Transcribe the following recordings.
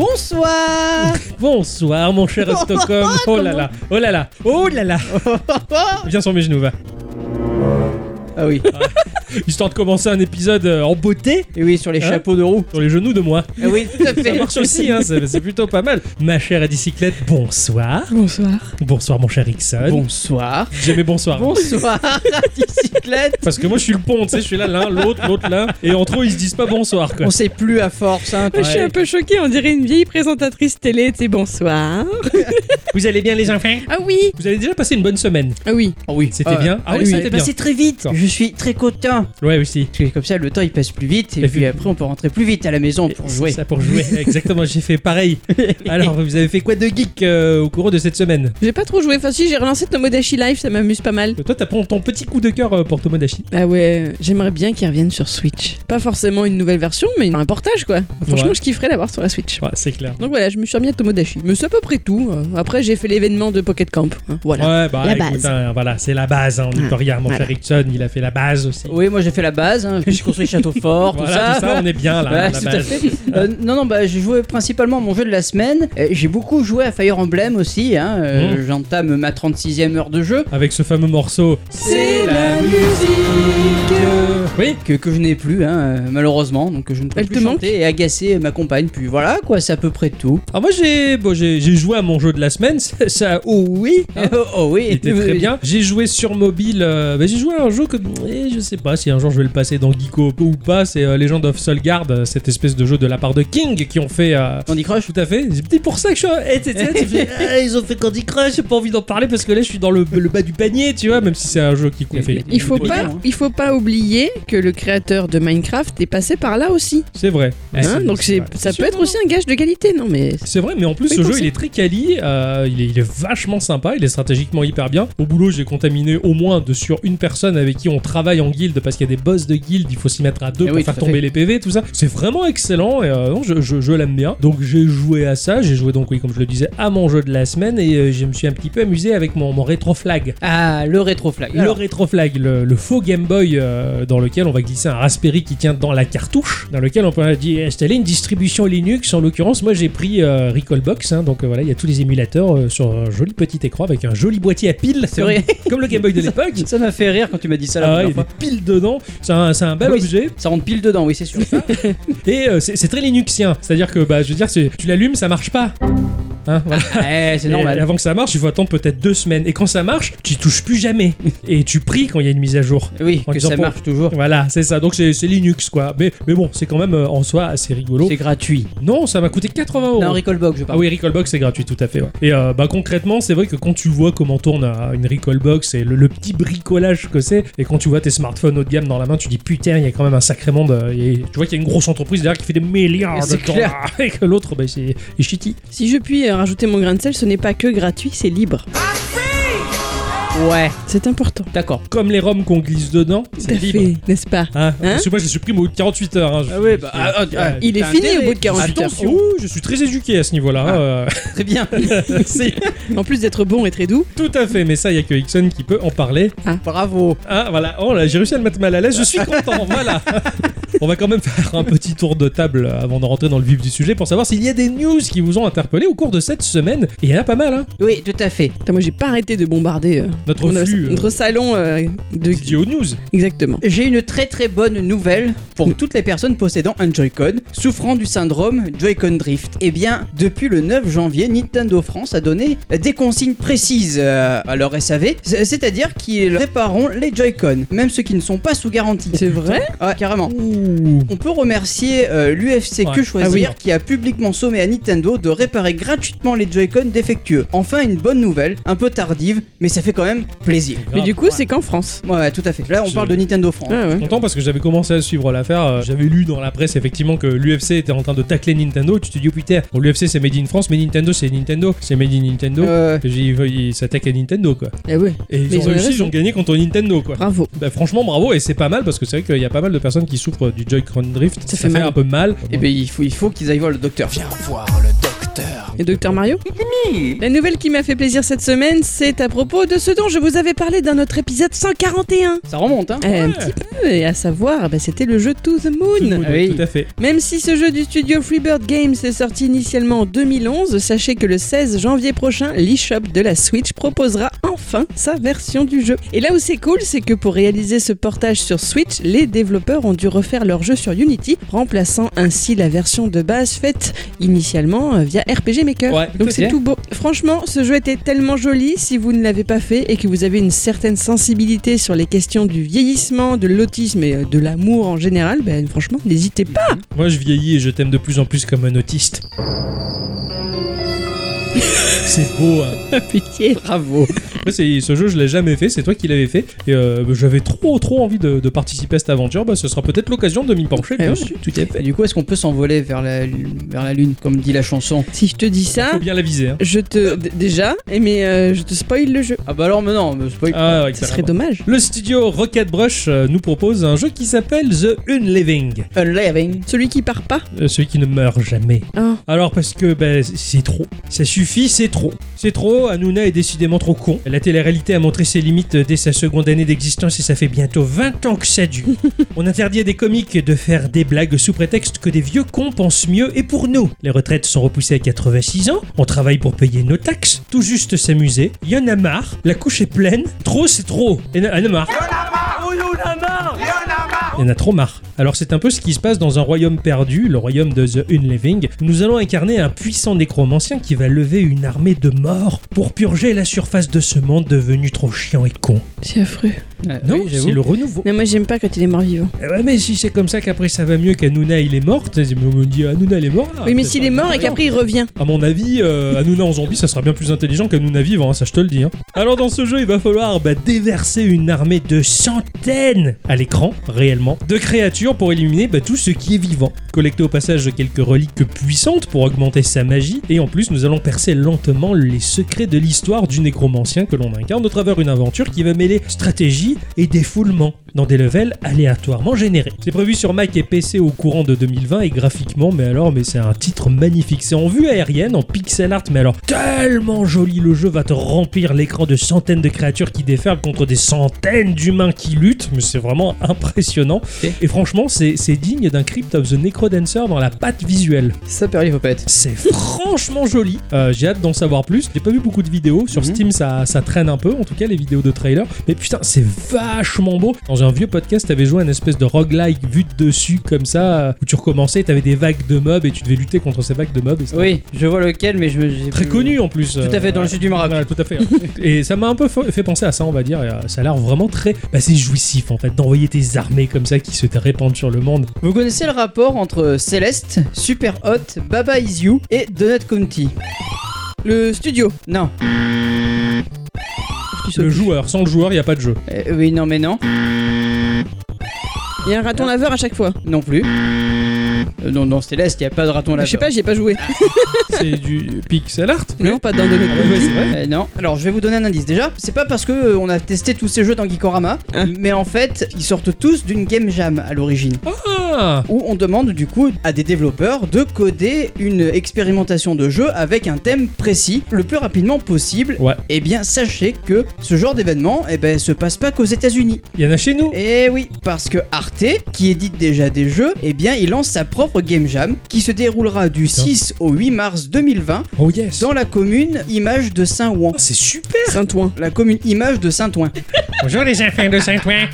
Bonsoir Bonsoir mon cher Stockholm. Oh là là, oh là là, oh là là. Viens sur mes genoux, va. Ah oui, Histoire de commencer un épisode euh, en beauté et oui, sur les Hein chapeaux de roue. sur les genoux de moi. Ah oui, tout à Ça fait. marche aussi, hein, c'est c'est plutôt pas mal. Ma chère à bicyclette, bonsoir. Bonsoir. Bonsoir mon cher Ixon. Bonsoir. Jamais bonsoir. Bonsoir, bicyclette. Parce que moi je suis le pont, tu sais, je suis là l'un, l'autre, l'autre là. Et entre eux ils se disent pas bonsoir quoi. On sait plus à force, hein. Je suis un peu choquée, on dirait une vieille présentatrice télé, c'est bonsoir. Vous allez bien les enfants Ah oui Vous avez déjà passé une bonne semaine. Ah oui Ah oui, C'était bien Ah oui, oui, c'était bien. passé très vite. D'accord. Je suis très content. Ouais aussi. Parce que comme ça, le temps il passe plus vite et, Et puis puis- après on peut rentrer plus vite à la maison pour C'est jouer. Ça pour jouer, exactement, j'ai fait pareil. Alors, vous avez fait quoi de geek euh, au cours de cette semaine J'ai pas trop joué, enfin si j'ai relancé Tomodachi Live, ça m'amuse pas mal. Toi, t'apprends ton petit coup de cœur euh, pour Tomodachi. Bah ouais, j'aimerais bien qu'il revienne sur Switch. Pas forcément une nouvelle version, mais un portage quoi. Franchement, Ouais. je kifferais l'avoir sur la Switch. Ouais, c'est clair. Donc voilà, je me suis remis à Tomodachi. Mais c'est à peu près tout. Euh, Après, j'ai fait l'événement de Pocket Camp. hein. Voilà. Ouais, bah La écoute, base. hein, voilà, c'est la base. hein, on n'y Ah, peut rien. Mon voilà. cher Rickson, il a fait la base aussi. Oui, moi j'ai fait la base, hein. j'ai construit le château fort, tout ça. voilà, tout ça, on est bien là. Ouais, à la tout à base. fait. Euh, non, non, bah, j'ai joué principalement à mon jeu de la semaine. Euh, J'ai beaucoup joué à Fire Emblem aussi. Hein. Euh, J'entame ma 36e heure de jeu. Avec ce fameux morceau. C'est la musique. Oui, que, que je n'ai plus, hein, euh, malheureusement. Donc je ne peux Elle plus te chanter manque et agacer ma compagne. Puis voilà, quoi, c'est à peu près tout. alors moi j'ai bon, j'ai j'ai joué à mon jeu de la semaine, ça, ça- oh oui, oh, oh oui, il était très bien. J'ai joué sur mobile, euh, bah, j'ai joué à un jeu que eh, je sais pas si un jour je vais le passer dans Geeko ou pas, c'est euh, Legend of Solgard, euh, cette espèce de jeu de la part de King qui ont fait euh, Candy Crush Tout à fait. C'est peut-être pour ça que je suis. Eh, t'es- t'es- t'es- t'es- Ah, ils ont fait Candy Crush, j'ai pas envie d'en parler parce que là je suis dans le, le bas du panier, tu vois, même si c'est un jeu qui qu'on fait. Il faut, Il est pas, bien, hein. il faut pas oublier que le créateur de Minecraft est passé par là aussi. C'est vrai. Eh, Hein, c'est- Donc c'est c'est- hein. vrai. ça peut être aussi un gage de qualité, non mais C'est vrai, mais en plus Oui, ce pour jeu ça. il est très quali, euh, il, est, il est vachement sympa, il est stratégiquement hyper bien. Au boulot j'ai contaminé au moins de sur une personne avec qui on travaille en guilde parce qu'il y a des boss de guilde, il faut s'y mettre à deux Eh pour oui, faire tout à tomber fait. les PV, tout ça. C'est vraiment excellent et euh, non, je, je- je l'aime bien. Donc j'ai joué à ça, j'ai joué donc oui comme je le disais à mon jeu de la semaine et euh, je me suis un petit peu amusé avec mon, mon rétro flag. Ah, le rétroflag. Le rétroflag, le, le faux Game Boy euh, dans lequel on va glisser un Raspberry qui tient dans la cartouche, dans lequel on peut adi- installer une distribution Linux. En l'occurrence, moi j'ai pris euh, Recallbox, hein, donc euh, voilà, il y a tous les émulateurs euh, sur un joli petit écran avec un joli boîtier à piles, C'est vrai. comme le Game Boy de l'époque. Ça m'a fait rire quand tu m'as dit ça la Ah ouais, il première y a fois. des piles dedans, c'est un, c'est un bel Oui. objet Ça rentre pile dedans, oui, c'est sûr. et euh, c'est c'est très linuxien, c'est-à-dire que bah, je veux dire, c'est- tu l'allumes, ça marche pas. Hein, voilà. eh, c'est Et normal. avant que ça marche, il faut attendre peut-être deux semaines. Et quand ça marche, tu y touches plus jamais. Et tu pries quand il y a une mise à jour. Oui, En que disant ça pour- marche toujours. Voilà, c'est ça. Donc c'est c'est Linux, quoi. Mais, mais bon, c'est quand même euh, en soi assez rigolo. C'est gratuit. Non, ça m'a coûté 80 euros. Non, Recallbox, je Ah parle. oui, Recallbox c'est gratuit, tout à fait. ouais. Et euh, bah concrètement, c'est vrai que quand tu vois comment tourne euh, une Recallbox et le, le petit bricolage que c'est, et quand tu vois tes smartphones haut de gamme dans la main, tu dis putain, il y a quand même un sacré monde. euh, et tu vois qu'il y a une grosse entreprise derrière qui fait des milliards de C'est clair. dollars, et que l'autre, bah, c'est il chiti. Si je puis euh, rajouter mon grain de sel, ce n'est pas que gratuit, c'est libre. Ouais, C'est important. d'accord. Comme les ROM qu'on glisse dedans, Tout c'est à libre. fait, n'est-ce pas Hein Hein Parce que moi, je les supprime au bout de 48 heures. hein. Je- Ah oui, bah, Ah, ah, ah, Il est T'as fini intérêt. au bout de 48 heures. Attention, ouh, je suis très éduqué à ce niveau-là. hein, euh. Très bien. C'est- En plus d'être bon et très doux, Tout à fait, mais ça, il n'y a que Ixon qui peut en parler. Bravo. Ah, voilà, oh là, j'ai réussi à le mettre mal à l'aise, je suis content, voilà On va quand même faire un petit tour de table avant de rentrer dans le vif du sujet pour savoir s'il y a des news qui vous ont interpellé au cours de cette semaine. Et il y en a pas mal, hein Oui, tout à fait. Putain, moi j'ai pas arrêté de bombarder euh, Notre mon- flux euh, notre salon euh, de. dédié aux news. Exactement. J'ai une très très bonne nouvelle pour toutes les personnes possédant un Joy-Con souffrant du syndrome Joy-Con Drift. Eh bien, depuis le 9 janvier, Nintendo France a donné des consignes précises euh, à leur SAV, c- c'est-à-dire qu'ils répareront les Joy-Con, même ceux qui ne sont pas sous garantie. C'est vrai Ouais, carrément. Ouh On peut remercier euh, l'UFC Ouais. Que Choisir Ah oui. qui a publiquement sommé à Nintendo de réparer gratuitement les Joy-Con défectueux. Enfin, une bonne nouvelle, un peu tardive, mais ça fait quand même plaisir. Ah, Mais du coup, ouais. c'est qu'en France. Ouais, ouais, tout à fait. Là, on Je- parle de Nintendo France. Ah ouais. content parce que j'avais commencé à suivre l'affaire. euh, J'avais lu dans la presse effectivement que l'UFC était en train de tacler Nintendo. Tu te dis, oh putain, bon, l'UFC c'est Made in France, mais Nintendo c'est Nintendo, c'est Made in Nintendo. Euh, Et j'ai dit, Ils s'attaquent à Nintendo quoi. Ah ouais. Et ils Mais Ah. ont ils ont réussi, ils raison. ont gagné contre Nintendo quoi. Bravo. Bah franchement bravo et c'est pas mal parce que c'est vrai qu'il y a pas mal de personnes qui souffrent du Joy-Con Drift, ça, fait mal. un peu mal. Eh ben il faut, il faut qu'ils aillent voir le docteur. Ah, Viens voir le docteur. Et Docteur Mario La nouvelle qui m'a fait plaisir cette semaine, c'est à propos de ce dont je vous avais parlé dans notre épisode 141. Ça remonte, Ah, hein Eh, Un petit peu, et à savoir, bah, c'était le jeu To the Moon. Tout, Ah oui. tout à fait. Même si ce jeu du studio Freebird Games est sorti initialement en 2011, sachez que le 16 janvier prochain, l'eShop de la Switch proposera enfin sa version du jeu. Et là où c'est cool, c'est que pour réaliser ce portage sur Switch, les développeurs ont dû refaire leur jeu sur Unity, remplaçant ainsi la version de base faite initialement euh, via RPG Maker. Ouais, Donc ok. c'est tout beau. Franchement, ce jeu était tellement joli, si vous ne l'avez pas fait et que vous avez une certaine sensibilité sur les questions du vieillissement, de l'autisme et euh, de l'amour en général, ben franchement, n'hésitez pas Moi, je vieillis et je t'aime de plus en plus comme un autiste. C'est beau. hein. Pitié. Bravo. Moi, c'est- ce jeu, je l'ai jamais fait. C'est toi qui l'avais fait. Et euh, bah, j'avais trop, trop envie de, de participer à cette aventure. Bah, ce sera peut-être l'occasion de m'y pencher. Eh dessus. Tout à Et fait. du coup, est-ce qu'on peut s'envoler vers la, vers la lune, comme dit la chanson Si je te dis ça, Faut bien la viser. hein. je te. d- Déjà, mais euh, je te spoil le jeu. Ah bah alors, mais non, mais c'est pas... Ah, Ça excellent. serait dommage. Le studio Rocket Brush euh, nous propose un jeu qui s'appelle The Unliving, Un living. Celui qui part pas. Euh, celui qui ne meurt jamais. Ah. Alors parce que ben, c'est trop, ça suffit, c'est trop. C'est trop, Hanouna est décidément trop con. La télé-réalité a montré ses limites dès sa seconde année d'existence et ça fait bientôt 20 ans que ça dure. On interdit à des comiques de faire des blagues sous prétexte que des vieux cons pensent mieux et pour nous. Les retraites sont repoussées à 86 ans, on travaille pour payer nos taxes, tout juste s'amuser. Y en a marre, la couche est pleine, trop c'est trop. Y en a- y en a marre. Il y en a trop marre. Alors c'est un peu ce qui se passe dans un royaume perdu, le royaume de The Unliving. où Nous allons incarner un puissant nécromancien qui va lever une armée de morts pour purger la surface de ce monde devenu trop chiant et con. C'est affreux. Euh, Euh, Non, c'est le renouveau. Mais moi, j'aime pas quand il est mort vivant. Eh ouais, mais si c'est comme ça qu'après ça va mieux qu'Anouna il est morte, on me dit Anouna il est mort. là, oui, mais Ah, c'est s'il pas est mort et incroyable. qu'après il revient. À mon avis, euh, Hanouna en zombie, ça sera bien plus intelligent qu'Hanouna vivant, hein, ça je te le dis. hein. Alors dans ce jeu, il va falloir bah, déverser une armée de centaines à l'écran, réellement, de créatures pour éliminer bah, tout ce qui est vivant. Collecter au passage quelques reliques puissantes pour augmenter sa magie, et en plus nous allons percer lentement les secrets de l'histoire du nécromancien que l'on incarne au travers une aventure qui va mêler stratégie et défoulement dans des levels aléatoirement générés. C'est prévu sur Mac et PC au courant de 2020 et graphiquement, mais alors, mais c'est un titre magnifique. C'est en vue aérienne, en pixel art, mais alors tellement joli le jeu va te remplir l'écran de centaines de créatures qui déferlent contre des centaines d'humains qui luttent, mais c'est vraiment impressionnant. Ok. Et franchement, c'est c'est digne d'un Crypt of the Necrodancer dans la patte visuelle. Ça, péripopette. C'est franchement joli. Euh, J'ai hâte d'en savoir plus. J'ai pas vu beaucoup de vidéos. Sur Mhm. Steam, ça, ça traîne un peu, en tout cas, les vidéos de trailer. Mais putain, c'est vachement beau. Dans un vieux podcast, t'avais joué à une espèce de roguelike vue de dessus, comme ça, euh, où tu recommençais, t'avais des vagues de mobs et tu devais lutter contre ces vagues de mobs. et c'était Oui, je vois lequel, mais je me... j'ai Très plus- connu en plus. euh, Tout à fait, dans le sud du Maroc. Voilà, tout à fait. hein. et ça m'a un peu fa- fait penser à ça, on va dire. Et, euh, ça a l'air vraiment très. Bah, c'est jouissif en fait, d'envoyer tes armées comme ça qui se répandent sur le monde. Vous connaissez le rapport entre euh, Céleste, Super Hot, Baba Is You et Donut County Le studio. Non. Le joueur, sans le joueur, il a pas de jeu. Euh, oui, non, mais non. Il y a un Ah. raton laveur à chaque fois. Non plus. Euh, non, non, Céleste, il a pas de raton là Je sais pas, j'y ai pas joué. C'est du pixel art. Non, pas dans Donut Ah ouais, ouais, c'est vrai. Euh, non. Alors je vais vous donner un indice. Déjà, c'est pas parce que euh, on a testé tous ces jeux dans Geekorama, Hein mais en fait, ils sortent tous d'une game jam à l'origine, Ah où on demande du coup à des développeurs de coder une expérimentation de jeu avec un thème précis, le plus rapidement possible. Ouais. Eh bien, sachez que ce genre d'événement, eh ben, se passe pas qu'aux États-Unis. Il y en a chez nous. Eh oui, parce que Arte, qui édite déjà des jeux, eh bien, il lance sa propre game jam, qui se déroulera du 6 au 8 mars 2020 Oh yes. dans la commune Image de Saint-Ouen. Oh, c'est super. Saint-Ouen. La commune Image de Saint-Ouen. Bonjour les enfants de Saint-Ouen.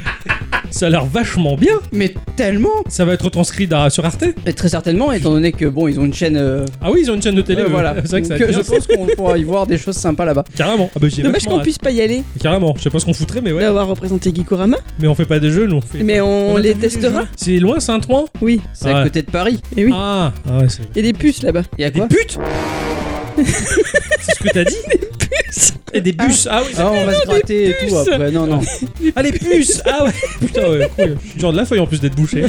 Ça a l'air vachement bien. Mais tellement Ça va être transcrit dans- sur Arte. Et Très certainement, étant donné que bon, ils ont une chaîne. euh, Ah oui, ils ont une chaîne de télé. euh, eux. voilà. C'est vrai que ça va Donc, être je bien. pense qu'on pourra y voir des choses sympas là-bas. Carrément. Ah bah j'ai Dommage vachement qu'on hâte. Ah puisse pas y aller. Carrément. Je sais pas ce qu'on foutrait, mais ouais. D'avoir représenté Gikorama. Mais on fait pas des jeux, nous. On fait- Mais on, a les vu les testera. jeux. C'est loin, Saint-Ouen. Oui. C'est à Ouais. côté de Paris. Et oui. Ah. Ah ouais, c'est. Il y a des puces là-bas. Il y a Des quoi putes C'est ce que t'as dit Et des bus. Ah oui, Ah, on va se gratter et tout puces. après. Non, non. ah les puces. Ah ouais. Putain, ouais, cool. Genre de la feuille en plus d'être bouché.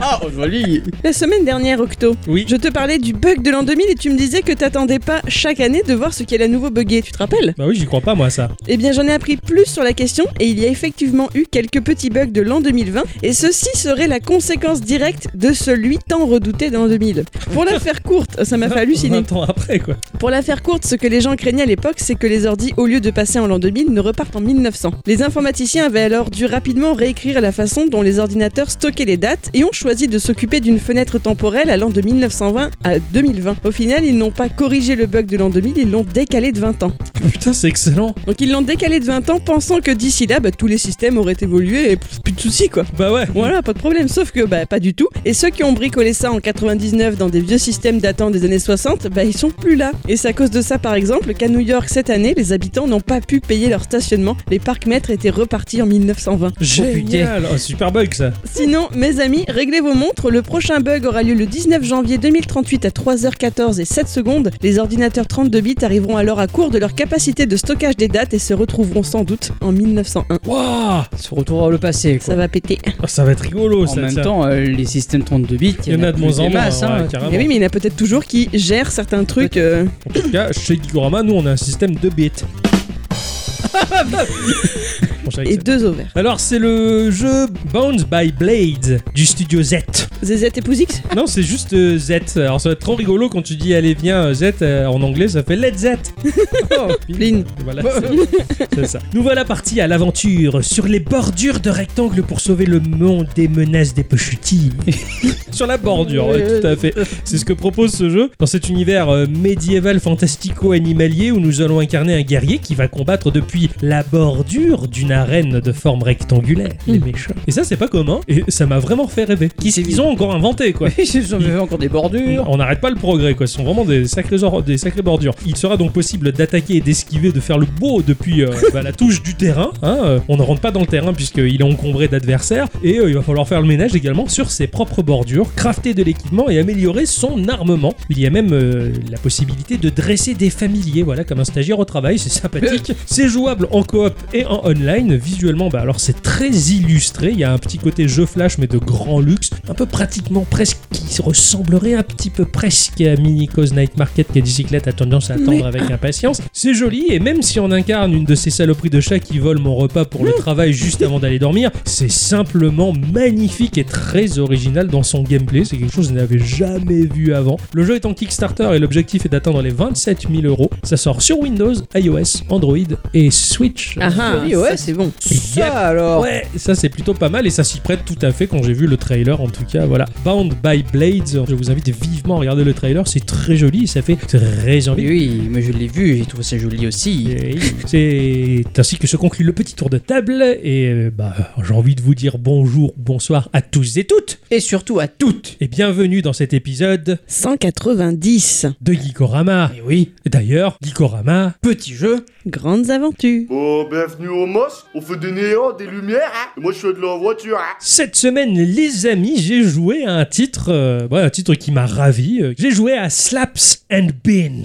Ah, oh, joli. La semaine dernière, Octo, Oui. je te parlais du bug de l'an 2000 et tu me disais que t'attendais pas chaque année de voir ce qu'elle a nouveau buggé. Tu te rappelles Bah oui, j'y crois pas moi ça. Eh bien, j'en ai appris plus sur la question et il y a effectivement eu quelques petits bugs de l'an 2020 et ceci serait la conséquence directe de celui tant redouté de l'an 2000. Pour la faire courte, ça m'a fait halluciner. 20 ans après quoi. Pour la faire courte, ce que les gens craignaient à l'époque, c'est que les ordi, au lieu de passer en l'an 2000, ne repartent en 1900. Les informaticiens avaient alors dû rapidement réécrire la façon dont les ordinateurs stockaient les dates et ont choisi de s'occuper d'une fenêtre temporelle allant de 1920 à 2020. Au final, ils n'ont pas corrigé le bug de l'an 2000, ils l'ont décalé de 20 ans. Putain, c'est excellent. Donc ils l'ont décalé de 20 ans pensant que d'ici là, bah, tous les systèmes auraient évolué et pff, plus de soucis quoi. Bah ouais. Voilà, pas de problème, sauf que bah, pas du tout. Et ceux qui ont bricolé ça en 99 dans des vieux systèmes datant des années 60, bah ils sont plus là. Et c'est à cause de ça par exemple qu'à New York cette année, les habitants n'ont pas pu payer leur stationnement. Les parcs-mètres étaient repartis en 1920. Génial. Oh, super bug ça. Sinon, mes amis, réglez vos montres. Le prochain bug aura lieu le 19 janvier 2038 à 3h14 et 7 secondes. Les ordinateurs 32 bits arriveront alors à court de leur capacité de stockage des dates et se retrouveront sans doute en 1901. Waouh. Se retour vers le passé. Quoi. Ça va péter. Ah, ça va être rigolo En ça. même tiens. temps, euh, les systèmes 32 bits, Il y en a de plus moins en des moins, masses, ouais, hein. carrément. Et oui, mais il y en a peut-être toujours qui gèrent certains trucs. euh, En tout cas, chez Gigorama, nous on a un système de bits. Bon, ça, et excellent. deux ovaires. Alors c'est le jeu Bound by Blade du studio Z. ZZ et Pouzix Non, c'est juste euh, Z. Alors ça va être trop rigolo quand tu dis allez viens euh, Z euh, en anglais, ça fait Let's Z. Oh, Lynn. Voilà, c'est- c'est ça. Nous voilà partis à l'aventure sur les bordures de rectangles pour sauver le monde des menaces des pochutis. sur la bordure, ouais, tout à fait. C'est ce que propose ce jeu dans cet univers euh, médiéval fantastico-animalier où nous allons incarner un guerrier qui va combattre depuis la bordure d'une arène de forme rectangulaire. Les méchants. Et ça, c'est pas commun et ça m'a vraiment fait rêver. Qu'ils qu'ils ont encore inventé quoi. Ils se sont fait encore des bordures. On n'arrête pas le progrès, quoi. Ce sont vraiment des sacrés, or- des sacrées bordures. Il sera donc possible d'attaquer et d'esquiver, de faire le beau depuis euh, bah, la touche du terrain. hein. Euh, On ne rentre pas dans le terrain puisqu'il est encombré d'adversaires. Et euh, il va falloir faire le ménage également sur ses propres bordures, crafter de l'équipement et améliorer son armement. Il y a même euh, la possibilité de dresser des familiers, voilà, comme un stagiaire au travail. C'est sympathique. C'est jouable en coop et en online. Visuellement, bah, alors c'est très illustré. Il y a un petit côté jeu flash, mais de grand luxe. Un peu pratiquement presque qui se ressemblerait un petit peu presque à Mini Cause Night Market que Dicyclette a tendance à attendre Mais- avec impatience. C'est joli et même si on incarne une de ces saloperies de chat qui vole mon repas pour le travail juste avant d'aller dormir, c'est simplement magnifique et très original dans son gameplay. C'est quelque chose que je n'avais jamais vu avant. Le jeu est en Kickstarter et l'objectif est d'atteindre les 27 000 euros. Ça sort sur Windows, iOS, Android et Switch. Ah ah, Oui, ouais. ça, c'est bon. Ça alors. Ouais, ça c'est plutôt pas mal et ça s'y prête tout à fait quand j'ai vu le trailer en tout cas. Voilà, Bound by Blades, je vous invite vivement à regarder le trailer, c'est très joli, ça fait très envie. Oui, oui, mais je l'ai vu, j'ai trouvé ça joli aussi. Et C'est ainsi que se conclut le petit tour de table et euh, bah, j'ai envie de vous dire bonjour, bonsoir à tous et toutes Et surtout à toutes. et bienvenue dans cet épisode 190. de Geekorama. Et oui, D'ailleurs, Geekorama, petit jeu. Grandes aventures. Bon, bienvenue au MOS, on fait des néons, des lumières, hein Et moi je fais de la voiture, hein Cette semaine, les amis, j'ai joué à un titre, euh, ouais, un titre qui m'a ravi. Euh, J'ai joué à Slaps and Beans.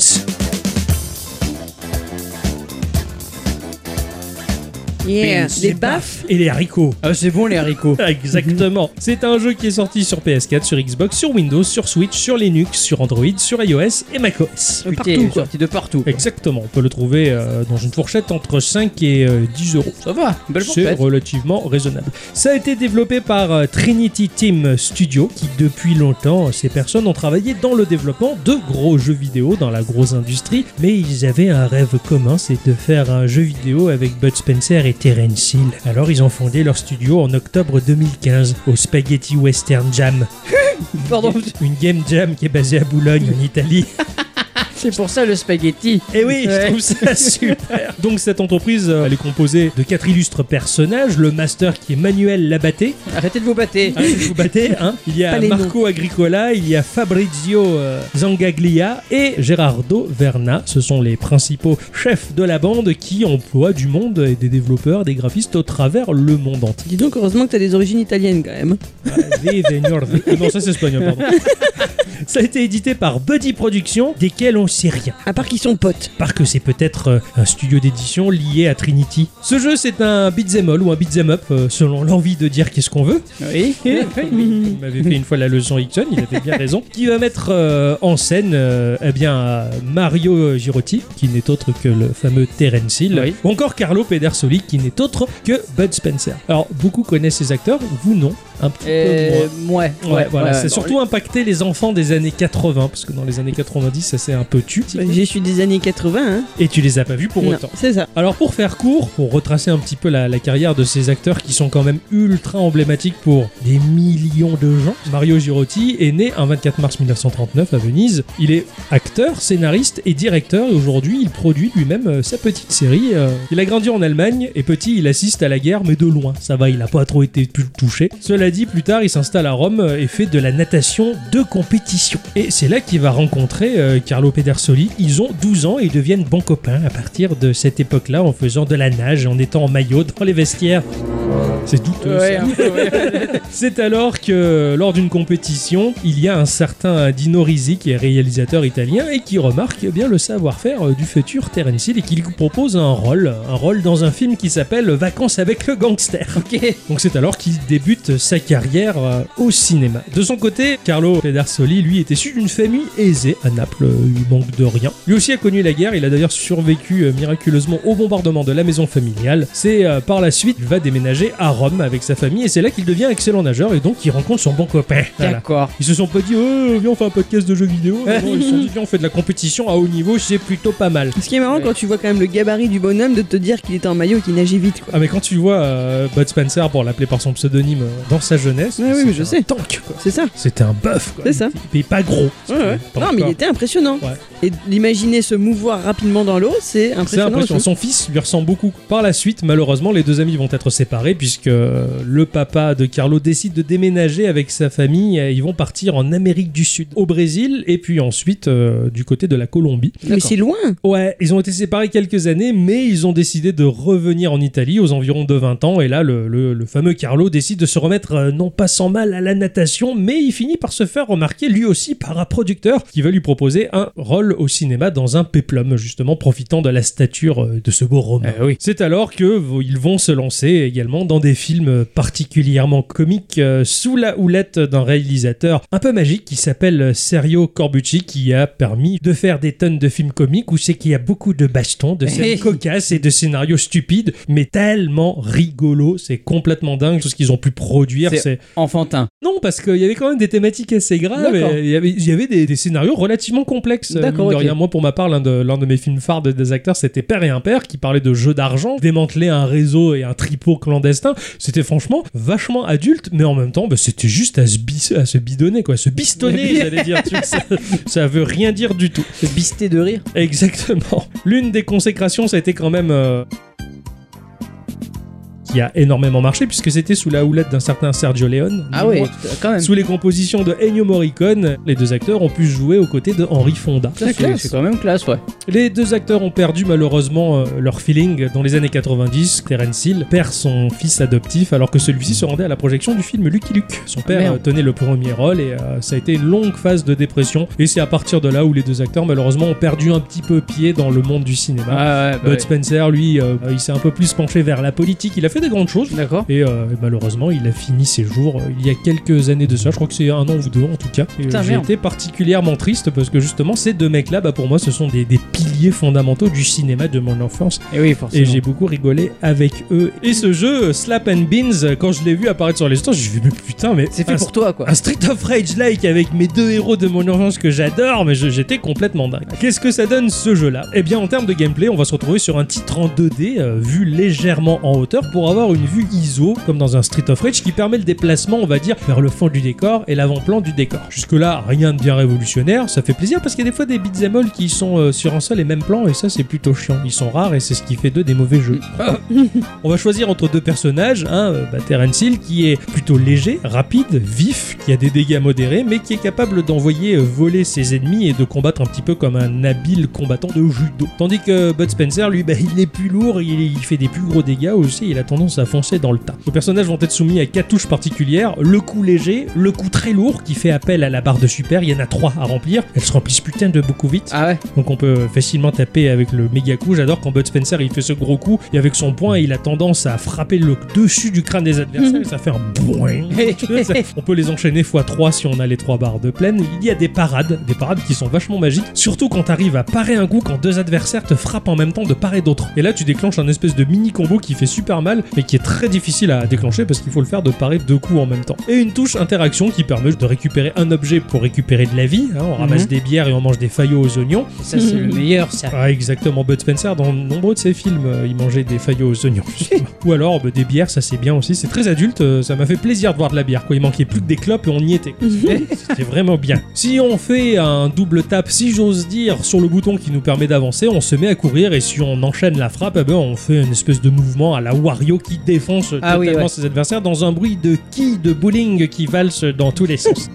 Yeah. Beans. Des baffes. Et les haricots. Ah, c'est bon les haricots. Exactement. C'est un jeu qui est sorti sur PS4, sur Xbox, sur Windows, sur Switch, sur Linux, sur Android, sur iOS et macOS. Putain, Partout, il est quoi. sorti de Euh, partout. quoi. Exactement. On peut le trouver euh, dans une fourchette entre 5 et euh, 10 euros. Ça va, belle C'est fourchette. relativement raisonnable. Ça a été développé par euh, Trinity Team Studio, qui depuis longtemps, euh, ces personnes ont travaillé dans le développement de gros jeux vidéo, dans la grosse industrie, mais ils avaient un rêve commun, c'est de faire un jeu vidéo avec Bud Spencer et Terence Hill. Alors ils ont fondé leur studio en octobre 2015, au Spaghetti Western Jam, Pardon, une game jam qui est basée à Boulogne, en Italie. c'est pour ça le spaghetti. Et Eh oui, je Ouais. trouve ça super. Donc cette entreprise, euh, elle est composée de quatre illustres personnages. Le master qui est Manuel Labatté, Arrêtez de vous battre. Hein, vous vous battez, hein Il y Pas a les Marco Agricola, il y a Fabrizio euh, Zangaglia et Gerardo Verna. Ce sont les principaux chefs de la bande qui emploient du monde et des développeurs, des graphistes au travers le monde entier. Dis donc, heureusement que t'as des origines italiennes quand même. Ah, vive Nordi. Ah non, ça c'est espagnol, pardon. Ça a été édité par Buddy Productions, desquels on sait rien. À part qu'ils sont potes. Par que c'est peut-être euh, un studio d'édition lié à Trinity. Ce jeu, c'est un beat'em all ou un beat'em up, euh, selon l'envie de dire qu'est-ce qu'on veut. Ah Oui. Et il m'avait fait une fois la leçon Hickson, il avait bien raison. Qui va mettre euh, en scène euh, eh bien, euh, Mario Girotti, qui n'est autre que le fameux Terence Hill, Oui. ou encore Carlo Pedersoli, qui n'est autre que Bud Spencer. Alors, beaucoup connaissent ces acteurs, vous non, un petit peu moins. Euh, ouais, Ouais, voilà, c'est non, surtout impacté les enfants des années 80, parce que dans les années 90, ça s'est un peu tu, Je suis des années 80, hein. et tu les as pas vus pour Non, autant. c'est ça. Alors pour faire court, pour retracer un petit peu la, la carrière de ces acteurs qui sont quand même ultra emblématiques pour des millions de gens, Mario Girotti est né un 24 mars 1939 à Venise. Il est acteur, scénariste et directeur et aujourd'hui il produit lui-même euh, sa petite série. euh. Il a grandi en Allemagne et petit il assiste à la guerre mais de loin. Ça va, il a pas trop été tou- touché. Cela dit, plus tard il s'installe à Rome euh, et fait de la natation de compétition. Et c'est là qu'il va rencontrer euh, Carlo Pedersoli. Ils ont 12 ans et ils deviennent bons copains à partir de cette époque-là en faisant de la nage, en étant en maillot dans les vestiaires. C'est douteux. Ouais, ça. un peu, ouais. C'est alors que lors d'une compétition, il y a un certain Dino Risi qui est réalisateur italien et qui remarque eh bien le savoir-faire euh, du futur Terence Hill et qui lui propose un rôle, un rôle dans un film qui s'appelle Vacances avec le gangster. Donc c'est alors qu'il débute sa carrière euh, au cinéma. De son côté, Carlo Pedersoli, lui, est issu d'une famille aisée à Naples, euh, il manque de rien. Lui aussi a connu la guerre, il a d'ailleurs survécu euh, miraculeusement au bombardement de la maison familiale. C'est euh, par la suite qu'il va déménager à Rome avec sa famille et c'est là qu'il devient excellent nageur et donc il rencontre son bon copain. Voilà. D'accord. Ils se sont pas dit, oh, viens, on fait un podcast de jeux vidéo. Non, non, ils se sont dit, viens, on fait de la compétition à haut niveau, c'est plutôt pas mal. Ce qui est marrant Ouais. quand tu vois quand même le gabarit du bonhomme de te dire qu'il était en maillot et qu'il nageait vite, quoi. Ah, mais quand tu vois euh, Bud Spencer, pour l'appeler par son pseudonyme, euh, dans sa jeunesse, Ouais, oui, mais c'était je un sais. Tank, quoi. C'est ça. C'était un bœuf, quoi. C'est ça. Il est pas gros. Ouais, ouais. Non, mais il était impressionnant. Ouais. Et d'imaginer se mouvoir rapidement dans l'eau, c'est C'est impressionnant. impressionnant. Son fils lui ressemble beaucoup. Par la suite, malheureusement, les deux amis vont être séparés puisque euh, le papa de Carlo décide de déménager avec sa famille. Ils vont partir en Amérique du Sud, au Brésil, et puis ensuite euh, du côté de la Colombie. aussi. Mais c'est loin. Ouais, ils ont été séparés quelques années, mais ils ont décidé de revenir en Italie aux environs de 20 ans. Et là, le, le- le fameux Carlo décide de se remettre, euh, non pas sans mal, à la natation, mais il finit par se faire remarquer lui aussi par un producteur qui va lui proposer un rôle au cinéma dans un péplum, justement profitant de la stature euh, de ce beau Romain. Eh oui. C'est alors que v- ils vont se lancer également dans des films particulièrement comiques euh, sous la houlette d'un réalisateur un peu magique qui s'appelle Sergio Corbucci qui a permis de faire des tonnes de films comiques où c'est qu'il y a beaucoup de bastons, de scènes cocasses et de scénarios stupides mais tellement rigolos, c'est complètement dingue tout ce qu'ils ont pu produire, C'est- c'est Enfantin. non, parce qu'il y avait quand même des thématiques assez graves. D'accord. et Il y avait, il y avait des, des scénarios relativement complexes. euh, D'accord, mine de ok. rien. moi, pour ma part, l'un de, l'un de mes films phares de- des acteurs, c'était Père et Impère, qui parlait de jeux d'argent, démanteler un réseau et un tripot clandestin. C'était franchement vachement adulte, mais en même temps, bah, c'était juste à se, bis- à se bidonner, quoi. à se bistonner, j'allais dire. Tu vois, ça, ça veut rien dire du tout. Se bister de rire. Exactement. L'une des consécrations, ça a été quand même. euh, qui a énormément marché puisque c'était sous la houlette d'un certain Sergio Leone. Ah ni ouais, moins. quand même. Sous les compositions de Ennio Morricone, les deux acteurs ont pu jouer aux côtés de Henry Fonda. Ça, C'est c'est quand même classe, ouais. Les deux acteurs ont perdu malheureusement euh, leur feeling dans les années 90. Terence Hill perd son fils adoptif alors que celui-ci se rendait à la projection du film Lucky Luke. Son Ah, père merde. euh, tenait le premier rôle et euh, ça a été une longue phase de dépression. Et c'est à partir de là où les deux acteurs malheureusement ont perdu un petit peu pied dans le monde du cinéma. Ah, ouais, bah Bud ouais. Spencer, lui, euh, il s'est un peu plus penché vers la politique. Il a fait des grandes choses. D'accord. Et euh, malheureusement, il a fini ses jours euh, il y a quelques années de ça. Je crois que c'est un an ou deux en tout cas. Et, euh, Putain, J'ai merde. été particulièrement triste parce que justement, ces deux mecs-là, bah, pour moi, ce sont des, des piliers fondamentaux du cinéma de mon enfance. Et oui, Et forcément. j'ai beaucoup rigolé avec eux. Et ce jeu, euh, Slap and Beans, euh, quand je l'ai vu apparaître sur les stands, j'ai vu, mais putain, mais. c'est fait un- pour toi, quoi. un Street of Rage like avec mes deux héros de mon enfance que j'adore, mais je- j'étais complètement dingue. Qu'est-ce que ça donne ce jeu-là Eh bien, en termes de gameplay, on va se retrouver sur un titre en 2D, euh, vu légèrement en hauteur, pour avoir une vue ISO, comme dans un Street of Rage, qui permet le déplacement, on va dire, vers le fond du décor et l'avant-plan du décor. Jusque-là, rien de bien révolutionnaire, ça fait plaisir parce qu'il y a des fois des beats all qui sont euh, sur un sol et mêmes plans et ça c'est plutôt chiant. Ils sont rares et c'est ce qui fait d'eux des mauvais jeux. On va choisir entre deux personnages, un euh, bah, Terence Hill qui est plutôt léger, rapide, vif, qui a des dégâts modérés, mais qui est capable d'envoyer euh, voler ses ennemis et de combattre un petit peu comme un habile combattant de judo. Tandis que Bud Spencer, lui, bah, il est plus lourd, il, il fait des plus gros dégâts aussi, il a tendance à foncer dans le tas. Nos personnages vont être soumis à quatre touches particulières, le coup léger, le coup très lourd qui fait appel à la barre de super, il y en a trois à remplir, elles se remplissent putain de beaucoup vite. Ah ouais Donc on peut facilement taper avec le méga coup. J'adore quand Bud Spencer il fait ce gros coup et avec son poing il a tendance à frapper le dessus du crâne des adversaires et ça fait un boing. Tu vois, ça- on peut les enchaîner x3 si on a les trois barres de pleine. Il y a des parades, des parades qui sont vachement magiques, surtout quand t'arrives à parer un coup quand deux adversaires te frappent en même temps de part et d'autre. Et là tu déclenches un espèce de mini combo qui fait super mal mais qui est très difficile à déclencher parce qu'il faut le faire de parer deux coups en même temps. Et une touche interaction qui permet de récupérer un objet pour récupérer de la vie. hein. on ramasse Mhm. des bières et on mange des faillots aux oignons. Ça, c'est le meilleur, ça. Ah, exactement. Bud Spencer, dans nombreux de ses films, euh, il mangeait des faillots aux oignons. justement. Ou alors bah, des bières, ça c'est bien aussi. C'est très adulte. euh, ça m'a fait plaisir de voir de la bière. Quoi. Il manquait plus que des clopes et on y était. Mhm. Eh, C'était vraiment bien. Si on fait un double tap, si j'ose dire, sur le bouton qui nous permet d'avancer, on se met à courir et si on enchaîne la frappe, eh ben, on fait une espèce de mouvement à la Wario qui défonce Ah totalement oui, ouais. ses adversaires dans un bruit de quilles de bowling qui valse dans tous les sens.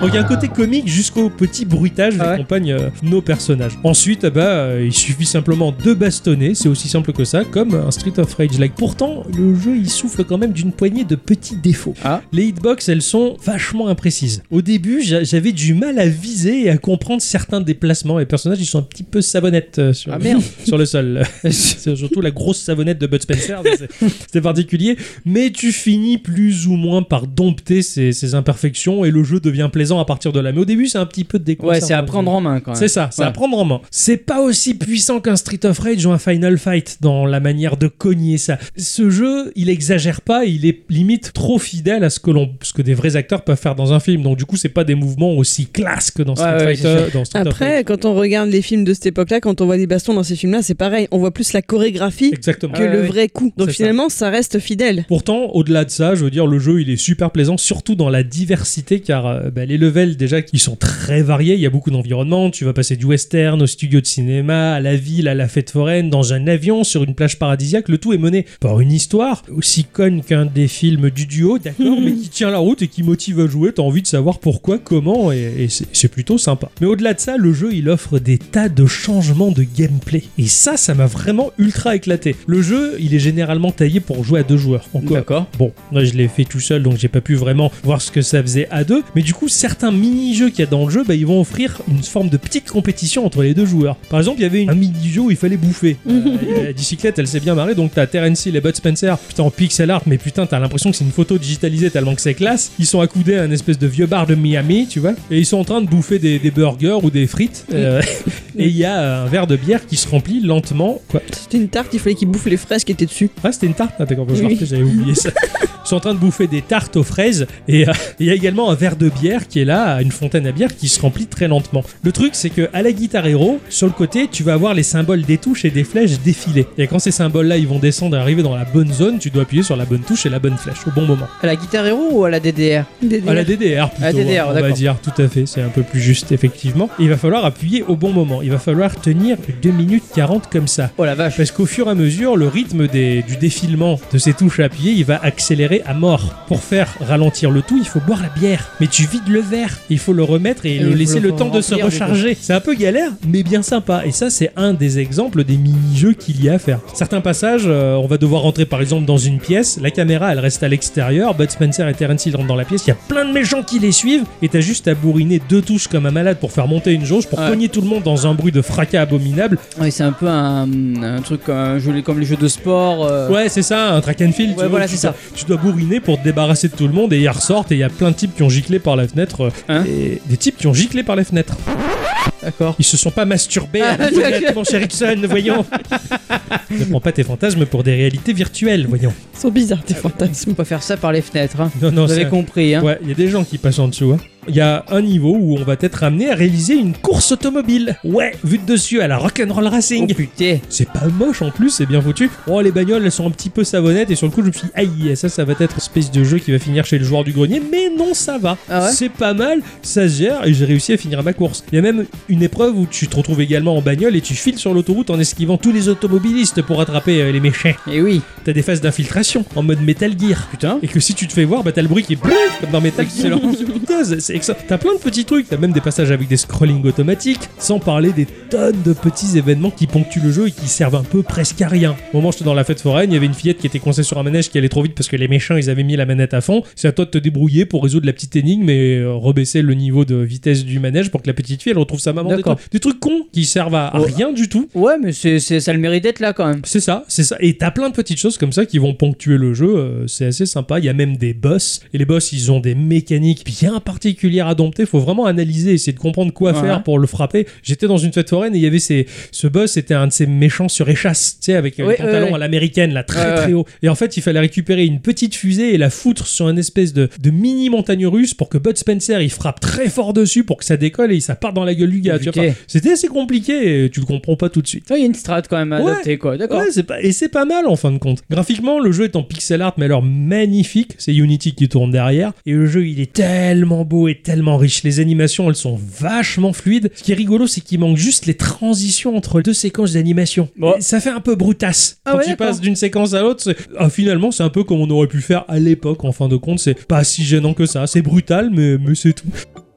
Donc il y a un côté comique jusqu'au petit bruitage qui Ah ouais. accompagne euh, nos personnages. Ensuite, eh ben, euh, il suffit simplement de bastonner, c'est aussi simple que ça, comme un Street of Rage like. Pourtant, le jeu il souffle quand même d'une poignée de petits défauts. Ah. Les hitbox, elles sont vachement imprécises. Au début, j'a- j'avais du mal à viser et à comprendre certains déplacements. Les personnages, ils sont un petit peu savonnettes euh, sur, Ah merde sur le sol. C'est surtout la grosse savonnette de Bud Spencer. ça, c'est- C'était particulier. Mais tu finis plus ou moins par dompter ces, ces imperfections et le jeu devient plaisant à partir de là. Mais au début, c'est un petit peu déconcertant. Ouais, c'est à prendre en main quand même. C'est ça, c'est Ouais. à prendre en main. C'est pas aussi puissant qu'un Street of Rage ou un Final Fight dans la manière de cogner ça. Ce jeu, il exagère pas, il est limite trop fidèle à ce que l'on, ce que des vrais acteurs peuvent faire dans un film. Donc du coup, c'est pas des mouvements aussi classes que dans Street, Ouais, ouais, Fighter- c'est dans Street of Rage. Après, quand on regarde les films de cette époque-là, quand on voit des bastons dans ces films-là, c'est pareil. On voit plus la chorégraphie Exactement. que Ouais, le ouais. vrai coup. Donc C'est ça. finalement, ça reste fidèle. Pourtant, au-delà de ça, je veux dire, le jeu, il est super plaisant, surtout dans la diversité, car euh, bah, les levels, déjà, ils sont très variés. Il y a beaucoup d'environnements. Tu vas passer du western au studio de cinéma, à la ville, à la fête foraine, dans un avion, sur une plage paradisiaque. Le tout est mené par une histoire aussi conne qu'un des films du duo, d'accord, mais qui tient la route et qui motive à jouer. T'as envie de savoir pourquoi, comment, et, et c'est c'est plutôt sympa. Mais au-delà de ça, le jeu, il offre des tas de changements de gameplay. Et ça, ça m'a vraiment ultra éclaté. Le jeu, il est généralement taillé pour jouer à deux joueurs. Encore, D'accord. Bon, moi je l'ai fait tout seul donc j'ai pas pu vraiment voir ce que ça faisait à deux. Mais du coup, certains mini-jeux qu'il y a dans le jeu, bah, ils vont offrir une forme de petite compétition entre les deux joueurs. Par exemple, il y avait une- un mini-jeu où il fallait bouffer. Euh, la bicyclette, elle s'est bien marrée donc t'as Terence Hill et Bud Spencer. Putain, en pixel art, mais putain, t'as l'impression que c'est une photo digitalisée tellement que c'est classe. Ils sont accoudés à un espèce de vieux bar de Miami, tu vois. Et ils sont en train de bouffer des, des burgers ou des frites. euh, et il y a un verre de bière qui se remplit lentement. Quoi C'était une tarte, il fallait qu'il bouffe les fraises qui étaient dessus. ah, c'était une tarte Ah, d'accord, bon, je Oui. marquais, j'avais oublié ça. Ils sont en train de bouffer des tartes aux fraises et euh, il y a également un verre de bière qui est là, une fontaine à bière qui se remplit très lentement. Le truc, c'est que à la Guitar Hero, sur le côté, tu vas avoir les symboles des touches et des flèches défiler. Et quand ces symboles-là, ils vont descendre et arriver dans la bonne zone, tu dois appuyer sur la bonne touche et la bonne flèche au bon moment. À la guitare héros ou à la DDR Des- À la DDR plutôt, hein, À la DDR, on va d'accord. dire, tout à fait, c'est un peu plus juste effectivement. Il va falloir appuyer au bon moment, il va falloir tenir 2 minutes 40 comme ça. Oh la vache. Parce qu'au fur et à mesure, le rythme des- du défilement de ces touches à appuyer, il va accélérer à mort. Pour faire ralentir le tout, il faut boire la bière. Mais tu vides le verre, il faut le remettre et, Et il le faut laisser le le temps de se remplir, du coup. recharger. C'est un peu galère, mais bien sympa. Et ça, c'est un des exemples des mini-jeux qu'il y a à faire. Certains passages, euh, on va devoir rentrer par exemple dans une pièce, la caméra elle reste à l'extérieur, Bud Spencer et Terence Hill rentrent dans la pièce, il y a plein de méchants qui les suivent, et t'as juste à bourriner deux touches comme un malade pour faire monter une jauge, pour Ouais. cogner tout le monde dans un bruit de fracas abominable, Ouais, c'est un peu un, un truc comme, un jeu- comme les jeux de sport. euh, Ouais, c'est ça, un track and field. tu Ouais, vois, voilà, tu c'est ça. dois- Tu dois bourriner pour te débarrasser de tout le monde et ils ressortent et il y a plein de types qui ont giclé par la fenêtre. euh, Hein et des types qui ont giclé par la fenêtre. D'accord. Ils se sont pas masturbés à la Ah, fenêtre, mon cher Ixon, voyons. ne prends pas tes fantasmes pour des réalités virtuelles, voyons. Ils sont bizarres, tes fantasmes. Faut pas faire ça par les fenêtres. hein. Non, non, Vous c'est- avez compris, hein Ouais, il y a des gens qui passent en dessous. hein. il y a un niveau où on va être amené à réaliser une course automobile. Ouais, vue de dessus à la Rock'n'Roll Oh Racing. putain. C'est pas moche en plus, c'est bien foutu. Oh, les bagnoles, elles sont un petit peu savonnettes et sur le coup, je me suis dit, aïe, ça, ça va être une espèce de jeu qui va finir chez le joueur du grenier, mais non, ça va. Ah ouais c'est pas mal, ça se gère et j'ai réussi à finir ma course. Il y a même une épreuve où tu te retrouves également en bagnole et tu files sur l'autoroute en esquivant tous les automobilistes pour attraper euh, les méchants. Et Eh oui. T'as des phases d'infiltration en mode Metal Gear. Putain. Et que si tu te fais voir, bah t'as le bruit qui est brrr, comme dans Metal Gear. Alors, putain, c'est- c'est excellent. T'as plein de petits trucs, t'as même des passages avec des scrollings automatiques, sans parler des tonnes de petits événements qui ponctuent le jeu et qui servent un peu presque à rien. Au moment où j'étais dans la fête foraine, il y avait une fillette qui était coincée sur un manège qui allait trop vite parce que les méchants ils avaient mis la manette à fond. C'est à toi de te débrouiller pour résoudre la petite énigme et euh, rebaisser le niveau de vitesse du manège pour que la petite fille elle retrouve sa maman. Des D'accord. trucs, des trucs cons qui servent à, à Oh. rien du tout. Ouais, mais c'est, c'est- ça le mérite d'être là quand même. C'est ça, c'est ça. Et t'as plein de petites choses comme ça qui vont ponctuer le jeu. euh, c'est assez sympa. Il y a même des boss. Et les boss, ils ont des mécaniques bien particulières à dompter. Faut vraiment analyser, essayer de comprendre quoi Ouais. faire pour le frapper. J'étais dans une fête foraine et il y avait ces, ce boss, c'était un de ces méchants sur échasse, tu sais, avec euh, Ouais, le pantalon ouais, ouais. à l'américaine, là, très Ouais, très ouais. haut. Et en fait, il fallait récupérer une petite fusée et la foutre sur une espèce de, de mini montagne russe pour que Bud Spencer, il frappe très fort dessus pour que ça décolle et ça part dans la gueule du gars. tu vois. Putain. Enfin, c'était assez compliqué et tu le comprends pas tout de suite. Ah, Il y a une strat quand même à Ouais. adopter quoi. D'accord. Ouais, c'est pas... et c'est pas mal en fin de compte. Graphiquement, le jeu est en pixel art, mais alors magnifique. C'est Unity qui tourne derrière. Et le jeu, il est tellement beau et tellement riche. Les animations, elles sont vachement fluides. Ce qui est rigolo, c'est qu'il manque juste les transitions entre deux séquences d'animation. Ouais. Et Ça fait un peu brutasse. Ah Quand ouais, tu d'accord. passes d'une séquence à l'autre, c'est- ah, finalement, c'est un peu comme on aurait pu faire à l'époque. En fin de compte, c'est pas si gênant que ça. C'est brutal, mais, mais c'est tout.